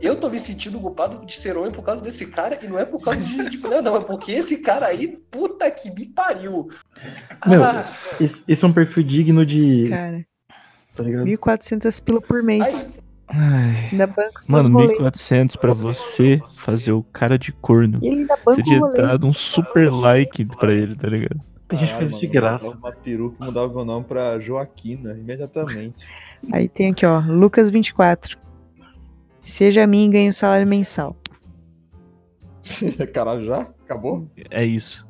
Eu tô me sentindo culpado de ser homem por causa desse cara e não é por causa de, de mulher, não. É porque esse cara aí, puta que me pariu.
Meu,
Ah,
Esse, esse é um perfil digno de.
Cara,
Tá ligado?
1.400 pila por mês.
aí,
Ai,
Ainda banco os
Mano,
meus boletos.
1400 pra você fazer o cara de corno.
E ainda
Você
banco o
tinha
rolê.
dado um super like pra ele, tá ligado?
Tem gente que faz isso de graça.
Uma peruca mudava meu nome pra Joaquina imediatamente.
Aí tem aqui, ó, Lucas 24. Seja mim e ganhe o salário mensal.
Caralho, já? Acabou?
É isso.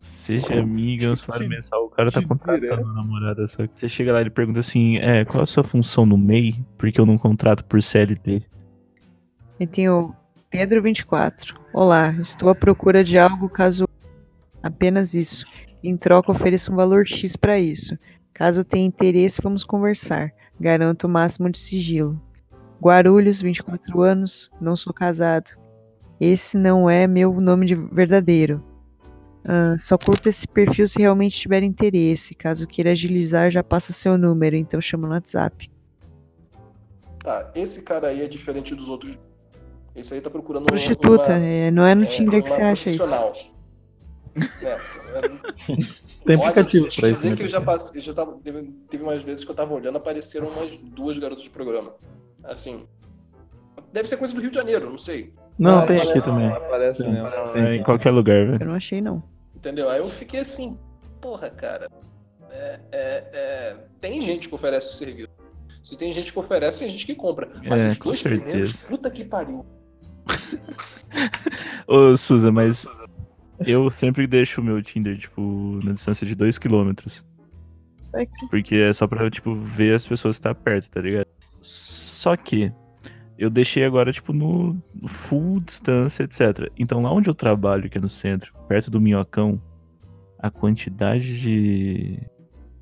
Seja amiga, um salário mensal. O cara tá
que
contratando uma namorada, só que você chega lá e ele pergunta assim: é, qual a sua função no MEI? Porque eu não contrato por CLT.
E tem o Pedro 24. Olá, estou à procura de algo caso apenas isso. Em troca ofereço um valor X para isso. Caso tenha interesse, vamos conversar. Garanto o máximo de sigilo. Guarulhos, 24 anos, não sou casado. Esse não é meu nome de verdadeiro. Ah, só curto esse perfil se realmente tiver interesse. Caso queira agilizar, já passa seu número, então chama no WhatsApp.
tá, esse cara aí é diferente dos outros. Esse aí tá procurando uma-
Prostituta,
uma-
é, não é no
é,
Tinder que
uma
você acha isso.
profissional. É, é,
Tem
Olha,
aplicativo
eu preciso
pra
dizer
isso. né?
que eu já passei, eu já tava, teve, teve umas vezes que eu tava olhando, apareceram umas duas garotas de programa. Assim, deve ser coisa do Rio de Janeiro, não sei.
Não,
Ah,
tem
parece-
aqui também.
Parece
Sim.
mesmo.
Sim.
É, em qualquer lugar, velho.
Eu não achei, não.
Entendeu? Aí eu fiquei assim, porra, cara. É, é, é, tem gente que oferece o serviço. Se tem gente que oferece, tem gente que compra. Mas
É,
os
com
dois primeiros,
certeza.
puta que pariu.
Ô, Suza, mas eu sempre deixo o meu Tinder, tipo, na distância de 2km.
É que-
Porque é só pra, tipo, ver as pessoas que tá perto, tá ligado? Só que eu deixei agora, tipo, no full distância, etc. Então lá onde eu trabalho, que é no centro, perto do Minhocão, a quantidade de,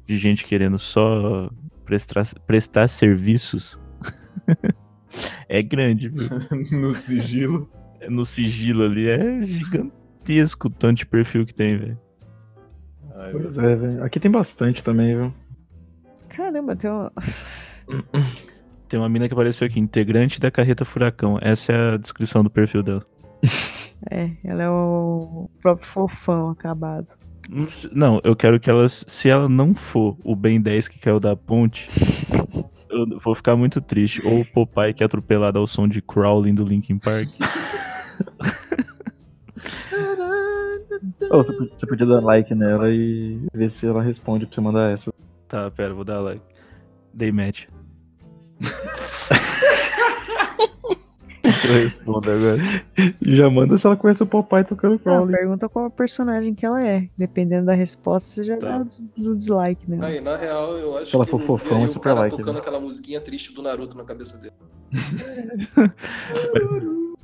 de gente querendo só prestar, prestar serviços é grande, viu?
no sigilo.
É, no sigilo ali é gigantesco o tanto de perfil que tem, velho.
Ai, meu
Pois é, velho. Aqui tem bastante também, viu?
Caramba, tem uma...
Tem uma mina que apareceu aqui, integrante da carreta furacão. Essa é a descrição do perfil dela.
É, ela é o próprio fofão acabado.
Não se- Não, eu quero que ela, se ela não for o Ben 10 que caiu da ponte, eu vou ficar muito triste. Ou o Popeye que é atropelado ao som de Crawling do Linkin Park.
Ô, você podia- você podia dar like nela e ver se ela responde pra você mandar essa.
Tá, pera, vou dar like. Dei match. eu respondo agora.
Já manda se ela conhece o papai tocando
Ah,
crawling.
pergunta qual personagem que ela é. Dependendo da resposta, você já
Tá.
dá o des- o dislike, né?
Aí, na real, eu acho
Aquela
que eu vi
fofofão,
aí o
super
cara
like,
tocando
né?
aquela musiquinha triste do Naruto na cabeça dele.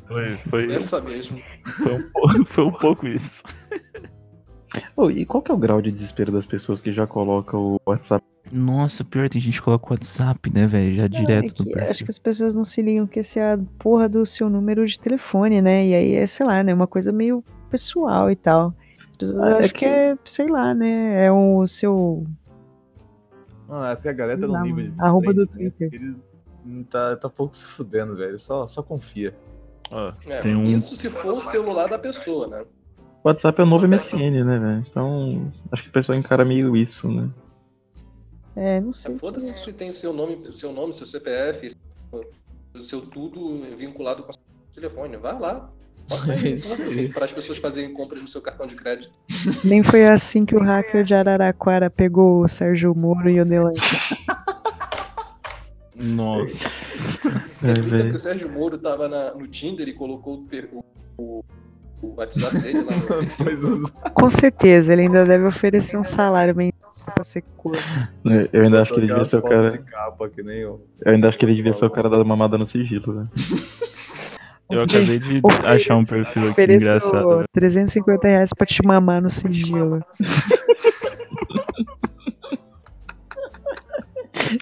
Foi, foi,
Essa mesmo.
foi um pouco- foi um pouco isso.
Ô, e qual que é o grau de desespero das pessoas que já colocam o WhatsApp?
Nossa, pior, tem gente que coloca o WhatsApp, né, velho? Já direto
É
no
que acho
perfil.
que as pessoas não se ligam que esse é a porra do seu número de telefone, né? E aí é, sei lá, né? Uma coisa meio pessoal e tal. As pessoas
Ah, é
acham que...
que-
é, sei lá, né? É o seu.
Mano, é porque a galera tá
Não,
num nível de
arroba do
desprendimento
Twitter.
que Ele não tá, tá pouco se fudendo, velho. Só, só confia.
Ó,
É,
Tem um-
Isso se for o celular da pessoa, né?
O WhatsApp é o novo MSN, né, velho? Então, acho que o pessoal encara meio isso, né?
É, não
É,
sei.
Foda-se se tem seu nome, seu nome, seu CPF, o seu tudo vinculado com o seu telefone. Vai lá.
É isso, é isso.
Para as pessoas fazerem compras no seu cartão de crédito.
Nem foi assim que o hacker de Araraquara pegou o Sérgio Moro e o Delay.
Nossa.
Você fica
velho.
que o Sérgio Moro tava na- no Tinder e colocou o, per- o- o- o WhatsApp dele lá no
Pois os-
Com certeza, ele ainda deve oferecer um salário mensal pra ser corno.
É, Eu ainda acho que ele
aquelas
devia ser o
fotos
cara.
de capa, que nem eu.
Eu ainda acho que ele devia ser o cara da mamada no sigilo, velho.
Eu acabei de
Ofereço-
achar um perfil aqui
Ofereço
engraçado. velho.
350 reais pra te mamar no sigilo.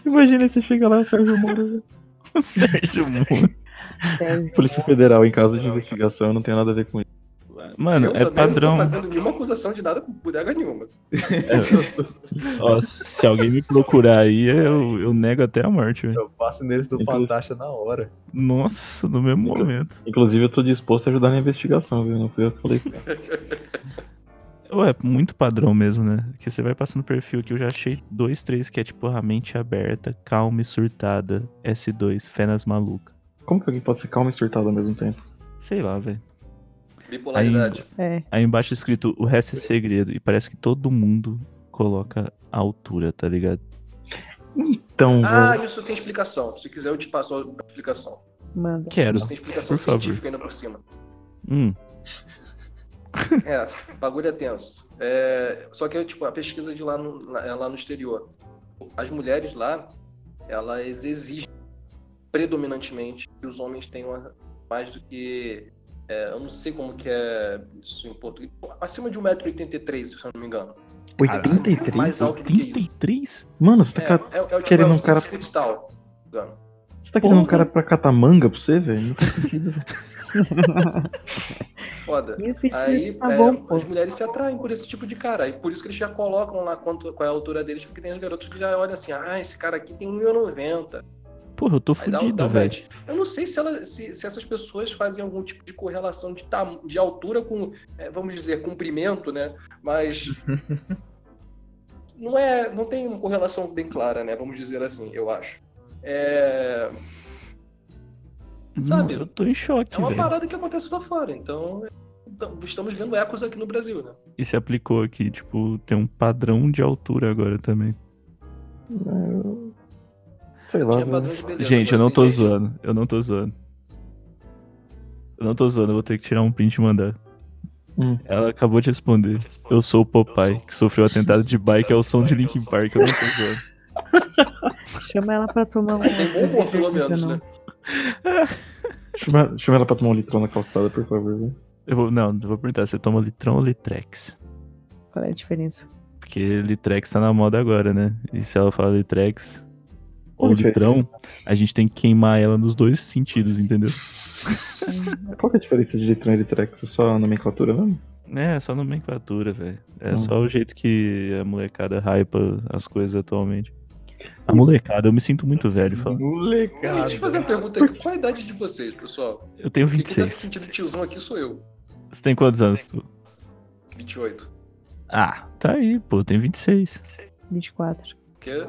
Imagina você chega lá, o Sérgio Moro. velho.
O Sérgio Moro.
Polícia Federal em caso de investigação, não tem nada a ver com isso.
Mano,
eu
é
também
padrão.
não tô fazendo nenhuma acusação de nada com bodega nenhuma.
Ó, se alguém me procurar aí, eu, eu nego até a morte, velho.
Eu passo neles do
Inclusive-
Patacha na hora.
Nossa, no mesmo momento.
Inclusive, eu tô disposto a ajudar na investigação, viu? Não fui eu que falei isso.
Ué, é muito padrão mesmo, né? Que você vai passando perfil aqui, eu já achei dois, três que é tipo a mente aberta, calma e surtada, S2, fé nas maluca.
Como que alguém pode ser calmo e surtado ao mesmo tempo?
Sei lá, velho.
Bipolaridade.
É.
Aí embaixo é escrito o resto é segredo. E parece que todo mundo coloca a altura, tá ligado?
Então,
Ah,
velho.
isso tem explicação. Se quiser, eu te passo a explicação.
Manda.
Quero.
Isso tem explicação
Por favor.
científica ainda por cima.
Hum,
É, o bagulho é tenso. É, só que tipo, a pesquisa de lá no, lá- é lá no exterior. As mulheres lá, elas exigem predominantemente que os homens tenham a- mais do que. é, eu não sei como que é isso em português. Acima de 1,83m, se eu não me engano.
83?
é Mais alto do que isso.
33?
Mano, você tá,
É,
ca-
é, é, o tipo, é
querendo
um
um cara-
six foot tall. Engano.
você tá querendo um
Porra.
cara pra catar manga pra você, velho? Não faz sentido.
Foda.
Esse
Aí
tá
é,
bom, pô.
as mulheres se atraem por esse tipo de cara. E por isso que eles já colocam lá quanto, qual é a altura deles, porque tem os garotos que já olham assim, ah, esse cara aqui tem 1,90m.
Porra, eu tô
Aí dá, um- dá
fudido,
um
velho.
match. Eu não sei se, ela- se- se essas pessoas fazem algum tipo de correlação de, tam- de altura com, é, vamos dizer, comprimento, né? Mas. não é. Não tem uma correlação bem clara, né? Vamos dizer assim, eu acho. É,
Não,
sabe?
Eu tô em
é
choque,
uma
velho.
parada que acontece lá fora. Então, então, estamos vendo ecos aqui no Brasil, né?
E se aplicou aqui, tipo, tem um padrão de altura agora também.
Eu- Sei lá,
Tinha
velho.
padrão de beleza,
Gente, eu não
mas
tô
tem gente-
zoando. Eu não tô zoando. Eu não tô zoando, eu vou ter que tirar um print e mandar.
Hum.
Ela acabou de responder. Eu sou o Popeye, que sofreu atentado de bike ao
É
som de Linkin Park. Eu não tô zoando.
Chama ela pra tomar um.
Tem bom humor, pelo menos, né?
Chama, chama ela pra tomar um litrão na calçada, por favor. velho.
Eu vou, não, eu vou perguntar, você toma Litron ou Litrex?
Qual é a diferença?
Porque Litrex tá na moda agora, né? E se ela fala Litrex ou
Ok.
Litrão, a gente tem que queimar ela nos dois sentidos, entendeu?
Qual que é a diferença de litrão e litrex? É só a nomenclatura mesmo?
É, só nomenclatura, velho. É
Hum.
só o jeito que a molecada hypa as coisas atualmente. A molecada, eu me sinto muito velho. falando.
Molecada.
Deixa eu fazer uma pergunta aqui. Qual a idade de vocês, pessoal?
Eu tenho
Porque quem tá se
26.
sentindo tiozão aqui sou eu.
Você tem quantos anos, tu?
28.
Ah, tá aí, pô, eu tenho 26.
24.
Porque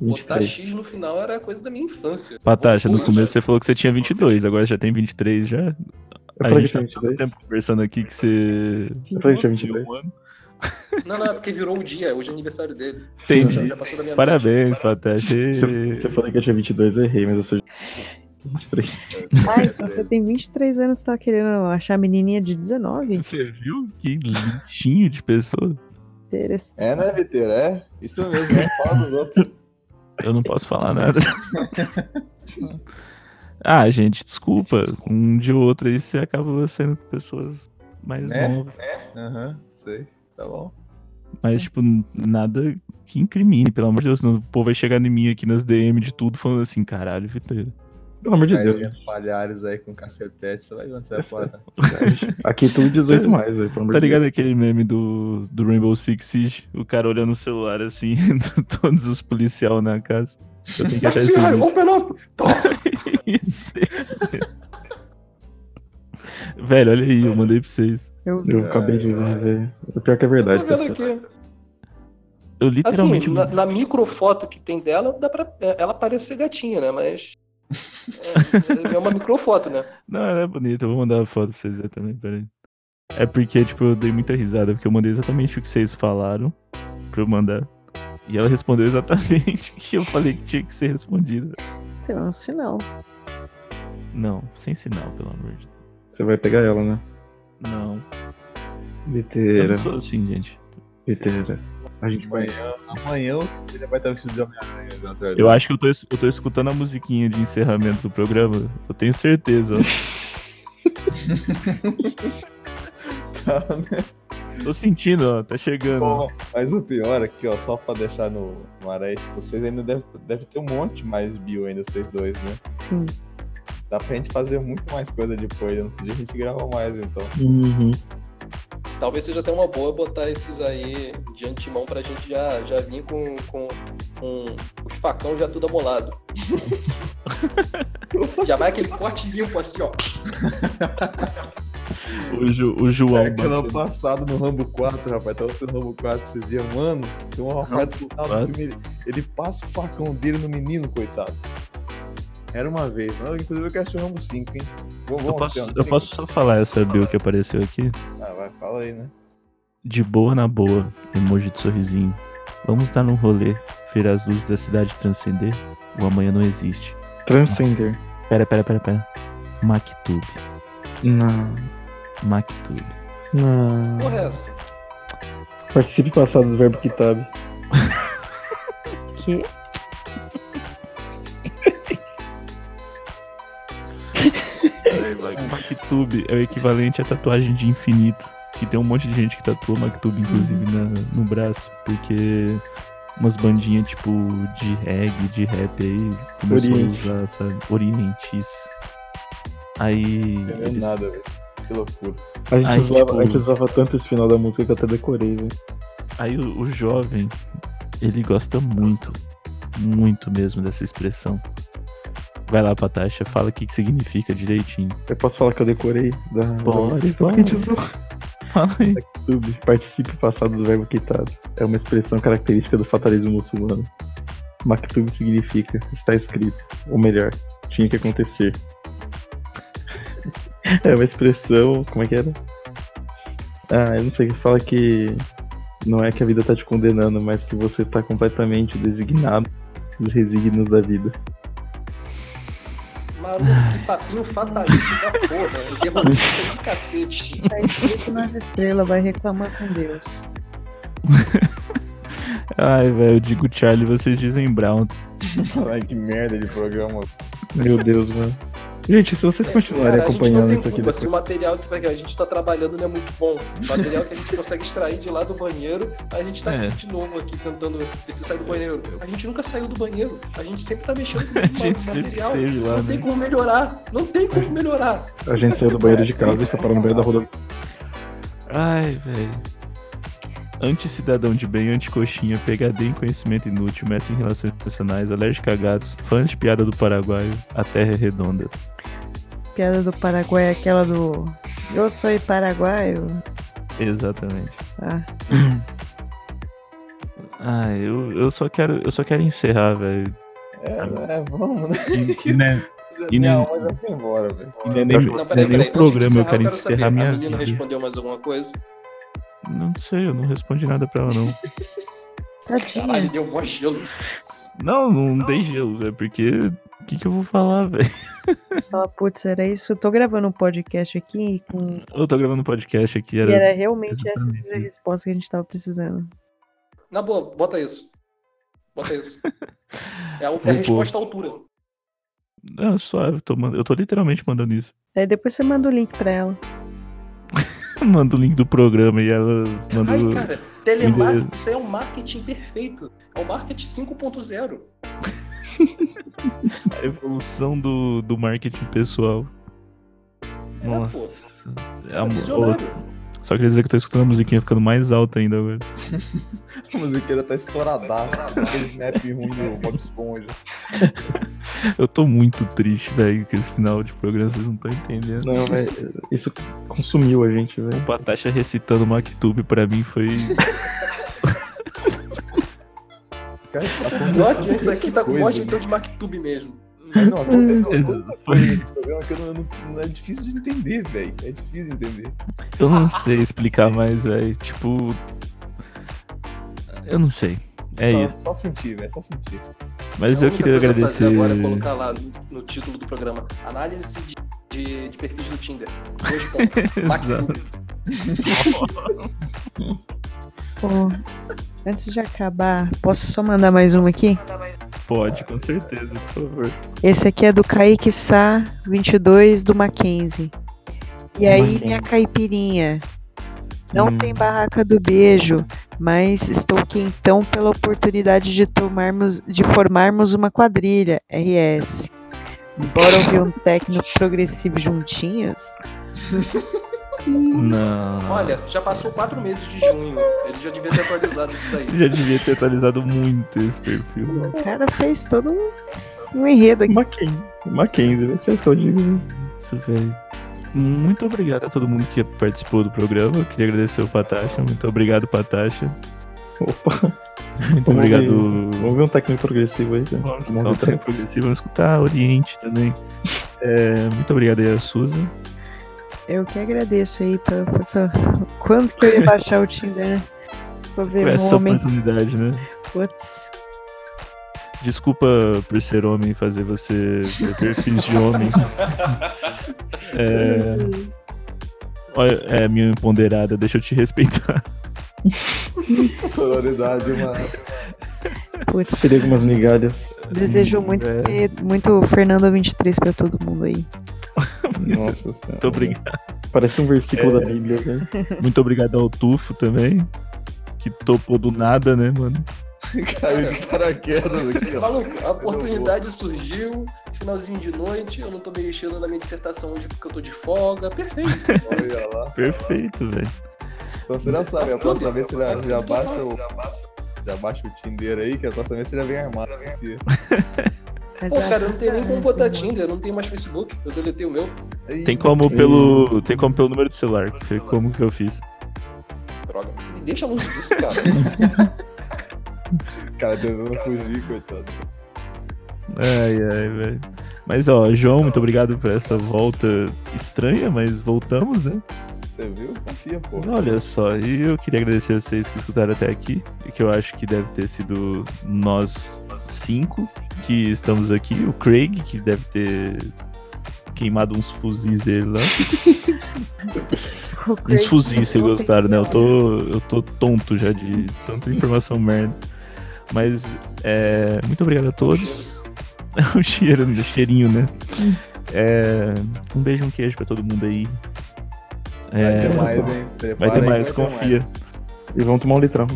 botar
23.
X no final era coisa da minha infância.
Patacha, no
Orgulho.
começo você falou que você tinha 22, agora já tem 23 já.
Eu
A
falei que
gente tá
tinha
tanto
22.
tempo conversando aqui que você.
Eu falei que tinha 23.
Um ano.
Não, não, é porque virou o dia. Hoje é aniversário dele. Já,
Entendi.
já passou da minha
Parabéns, Patacha.
Se, se eu falei que eu tinha 22, eu errei, mas eu sou 23.
É
Ah, então você tem 23 anos e tá querendo achar a menininha de 19?
Você viu que lixinho de pessoa?
Interessante.
É, né, Viteira? É? Isso mesmo, né? Fala dos outros.
Eu não posso falar nada. ah, gente, desculpa. Um dia ou outro aí você acaba sendo com pessoas mais
Né?
novas.
Aham, sei. Tá bom.
Mas, tipo, nada que incrimine, pelo amor de Deus. Senão o povo vai chegar em mim aqui nas DM de tudo falando assim, caralho, Viteira.
Pelo amor de
Sairinha
Deus.
né?
Palhares aí com cacetete, você vai ver onde você vai parar.
Aqui tudo 18 mais, velho. pelo amor
Tá
de
ligado aquele meme do, do Rainbow Six Siege? O cara olhando o celular assim, todos os policial na casa. Eu tenho que achar esse
Ai,
vídeo.
open up!
É
Toma!
Isso, isso. Velho, olha aí, eu mandei pra vocês.
Eu vi.
Deus. Eu acabei de ver. O pior que é verdade.
Tô vendo
pessoal.
aqui.
Eu
Assim,
tá literalmente.
na, na microfoto que tem dela, dá pra é, ela parece ser gatinha, né? Mas É, é uma microfoto, né?
Não, ela é bonita. Eu vou mandar a foto pra vocês verem também, peraí. É porque, tipo, eu dei muita risada, porque eu mandei exatamente o que vocês falaram pra eu mandar. E ela respondeu exatamente o que eu falei que tinha que ser respondido.
Tem um sinal.
Não, sem sinal, pelo amor de Deus.
Você vai pegar ela, né?
Não. Eu
Liteira,
não sou assim, gente.
liteira. A gente vai.
Amanhã, amanhã ele vai estar vestido de Homem-Aranha. né, vindo atrás
Eu
dela.
acho que eu tô, es- eu tô escutando a musiquinha de encerramento do programa. Eu tenho certeza.
Tá, né?
Tô sentindo, ó. Tá chegando. ó.
Bom, mas o pior aqui, ó, só pra deixar no, no ar aí, tipo, vocês ainda devem deve ter um monte mais bio ainda, vocês dois, né?
Sim.
Dá pra gente fazer muito mais coisa depois, antes de a gente gravar mais, então.
Uhum.
Talvez seja até uma boa botar esses aí de antemão pra gente já, já vir com, com, com os facão já tudo amolado. já vai aquele corte limpo assim, ó.
O, Ju- o João.
É que
batendo.
ano passado no Rambo 4, rapaz, tava sendo Rambo 4 esses dias, mano. Tem um rapaz do final do
Rambo
filme, ele, ele passa o facão dele no menino, coitado. Era uma vez, mano. Inclusive eu quero assistir o Rambo 5, hein? Vamos,
Eu
vamos
posso,
assistir o Rambo
eu
5?
posso só falar essa bio que apareceu aqui?
Ah, vai, fala aí, né?
De boa na boa, emoji de sorrisinho. Vamos dar um rolê, ver as luzes da cidade transcender. O amanhã não existe.
Transcender.
Pera, pera, pera, pera. MacTube,
Não.
MacTube.
Não.
Porra, é essa?
Participe passado do verbo kitab.
Que?
MacTube é o equivalente à tatuagem de infinito. Que tem um monte de gente que tatua MacTube, inclusive, na- no braço. Porque umas bandinhas, tipo, de reggae, de rap aí, começou
Oriente.
a usar, sabe? Oriente, isso. Aí...
Não entendeu
eles-
É nada, velho. Que loucura.
A gente,
Ai,
zoava,
tipo-
a gente zoava tanto esse final da música que eu até decorei, velho.
Aí o, o jovem, ele gosta muito, muito mesmo dessa expressão. Vai lá, Patasha, fala o que, que significa direitinho.
Eu posso falar que eu decorei da.
Pode,
da- A gente
pode.
zoava.
Fala aí.
Sub, participe passado do verbo quitado. É uma expressão característica do fatalismo muçulmano. Maktub significa está escrito, ou melhor, tinha que acontecer. é uma expressão, como é que era? Ah, eu não sei, que fala que não é que a vida tá te condenando, mas que você tá completamente designado dos resignos da vida.
Maluco, que papinho fatalista da porra. Derrotista do cacete.
Tá escrito nas estrelas, vai reclamar com Deus.
Ai, velho, eu digo Charlie, vocês dizem Brown.
Ai, que merda de programa.
Meu Deus, mano. Gente, se vocês continuarem
É, Cara, a gente não
acompanhando
tem
isso aqui
culpa se o
depois.
material que a gente tá trabalhando não é muito bom. O material que a gente consegue extrair de lá do banheiro, a gente tá
É.
aqui de novo aqui tentando ver se sai do banheiro. A gente nunca saiu do banheiro. A gente sempre tá mexendo com
A
o
gente sempre
material.
esteve lá,
Não tem
né?
como melhorar. Não tem como melhorar.
A gente saiu do banheiro
É,
de casa e foi para no meio da rodovia.
Ai, velho. Anticidadão de bem, anticoxinha, PHD em conhecimento inútil, mestre em relações profissionais, alérgico a gatos, fã de piada do Paraguai, a terra é redonda.
Piada do Paraguai é aquela do. Eu sou paraguaio.
Exatamente.
Ah.
Ai, eu, eu só quero, eu só quero encerrar, velho.
É, né? Vamos, né?
E, né, E
Minha
nem-
alma já foi embora, velho.
Não é nem,
Não,
não é
peraí,
nem o
peraí. Antes de
programa, eu quero
saber,
encerrar minha
A menina
vida.
respondeu mais alguma coisa.
Não sei, eu não respondi nada pra ela, não.
Caralho,
Tadinha.
deu mó gelo.
Não, não dei gelo, velho, porque... O que, que eu vou falar, velho?
Fala, putz, era isso. Eu tô gravando um podcast aqui com
Eu tô gravando um podcast aqui,
E
era...
era realmente essa
exatamente isso.
resposta que a gente tava precisando.
Na boa, bota isso. Bota isso. É a, é a
pôr.
resposta à altura.
Não, suave, tô mand- eu tô literalmente mandando isso.
Aí depois você manda o link pra ela.
Manda o link do programa e ela manda...
Ai,
o-
cara, telemarketing,
Beleza.
isso aí é um marketing perfeito. É o marketing 5.0.
A evolução do, do marketing pessoal.
É,
Nossa. É,
É
amor.
visionário.
Só queria dizer que eu tô escutando a musiquinha ficando mais alta ainda agora.
A musiqueira tá estouradaça. Aquele snap ruim do Bob Esponja.
Eu tô muito triste, velho, com esse final de programa, vocês não estão entendendo.
Não, velho, isso consumiu a gente, velho.
O Patasha recitando MacTube pra mim foi.
Cara, tá
Pior que isso aqui tá
tá
coisa,
com tá um ódio então de MacTube mesmo.
né? Mas não, aconteceu tanta coisa nesse programa que eu não, não- não- é difícil de entender, velho. É difícil de entender.
Eu não sei explicar
Sim.
mais, velho. Tipo. Eu não sei. É
só,
isso.
só sentir, velho. Só sentir.
Mas
A
eu
única
queria
coisa a
agradecer.
fazer Agora é colocar lá no, no título do programa: Análise de, de, de perfis do Tinder. Dois pontos. MacTube.
Pô, antes de acabar, posso só mandar mais um aqui?
Pode, com certeza, por favor.
Esse aqui é do Kaique Sá, 22, do Mackenzie. E aí,
Mackenzie.
minha caipirinha. Não
Hum.
tem barraca do beijo, mas estou quentão pela oportunidade de tomarmos, de formarmos uma quadrilha, RS. Bora ouvir um técnico progressivo juntinhos?
Não.
Olha, já passou quatro meses de junho. Ele já devia ter atualizado isso daí.
Já devia ter atualizado muito esse perfil.
O cara fez todo um, um enredo aqui.
Mackenzie. Mackenzie, vai ser isso que eu digo. né?
Isso, velho. Muito obrigado a todo mundo que participou do programa. Eu queria agradecer o Patacha. Muito obrigado, Patacha.
Opa,
Muito
Vamos ver.
obrigado.
vamos ver um técnico progressivo aí. Né?
Vamos então.
Vamos
escutar o
ver.
Trem Progressivo, vamos escutar Oriente também. É, muito obrigado aí a Susan.
Eu que agradeço aí, pela- pela sua- Quanto que eu ia baixar o Tinder, né? Pra
por
ver um
essa
homem.
oportunidade, né?
Putz.
Desculpa por ser homem e fazer você ver perfis de homens. É... Olha, é minha empoderada, deixa eu te respeitar.
Sororidade, uma.
Putz.
Seria algumas migalhas.
Desejo muito,
é.
que- muito Fernando 23 pra todo mundo aí.
Nossa
Muito obrigado.
Parece um versículo da Bíblia, velho.
Muito obrigado ao Tufo também, que topou do nada, né, mano?
Caiu de paraquedas aqui, ó.
Maluco, a oportunidade surgiu, finalzinho de noite, eu não tô mexendo na minha dissertação hoje porque eu tô de folga. Perfeito.
Olha lá.
Perfeito, velio
Então você já sabe, a próxima vez você já, já baixa o. Já baixa o Tinder aí, que a próxima vez você já vem armado. Porque...
Pô, cara, eu não tenho nem como botar Tinder, eu não tenho mais Facebook, eu deletei o meu.
Aí-
Tem como pelo. Tem como pelo número do celular, que foi como que eu fiz.
Droga, me deixa longe disso, cara.
Cara, tentando fugir, coitado.
Ai, ai, velho. Mas ó, João, muito obrigado por essa volta estranha, mas voltamos, né?
Você viu? Confia, pô.
Olha só, e eu queria agradecer a vocês que escutaram até aqui, e que eu acho que deve ter sido nós cinco que estamos aqui, o Craig, que deve ter queimado uns fuzis dele lá. Uns fuzis, vocês gostaram, né? Eu tô, eu tô tonto já de tanta informação merda. Mas é, muito obrigado a todos. o cheiro, o cheirinho, né? É, um beijo, um queijo pra todo mundo aí.
Vai
É,
ter mais, hein? Prepara
vai
aí
ter
que
mais,
vai ter
confia.
E vamos tomar um litrão.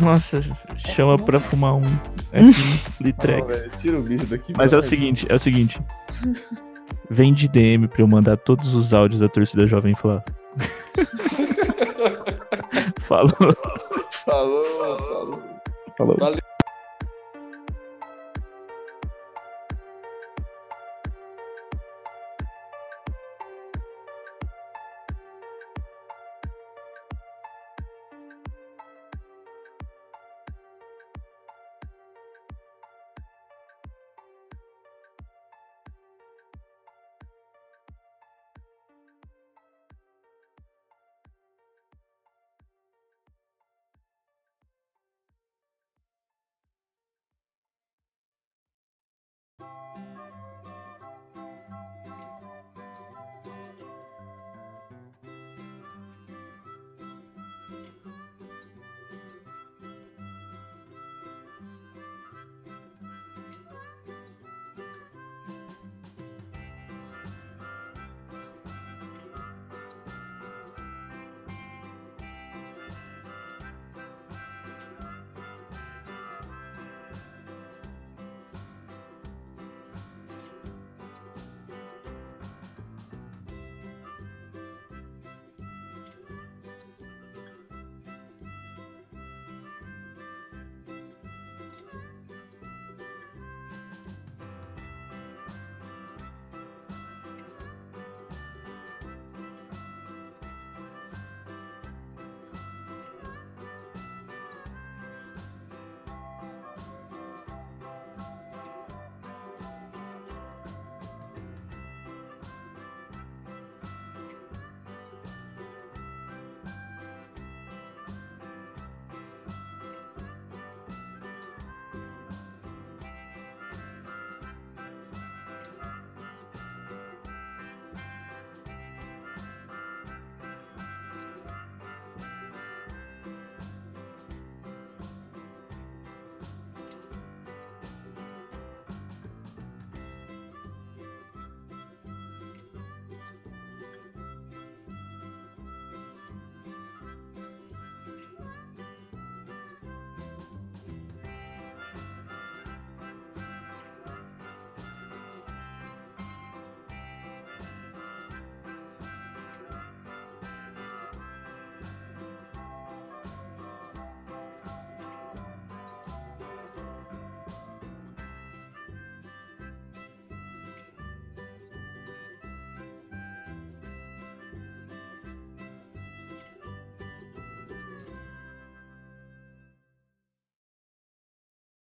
Nossa, chama pra fumar um F
Ah,
Litrex.
velho, Tira o bicho daqui.
Mas é
pelo
o
amor de
seguinte, é o seguinte. Vem de DM pra eu mandar todos os áudios da torcida Jovem Flá. Falou.
Deus. Falou, falou.
Falou.
Valeu.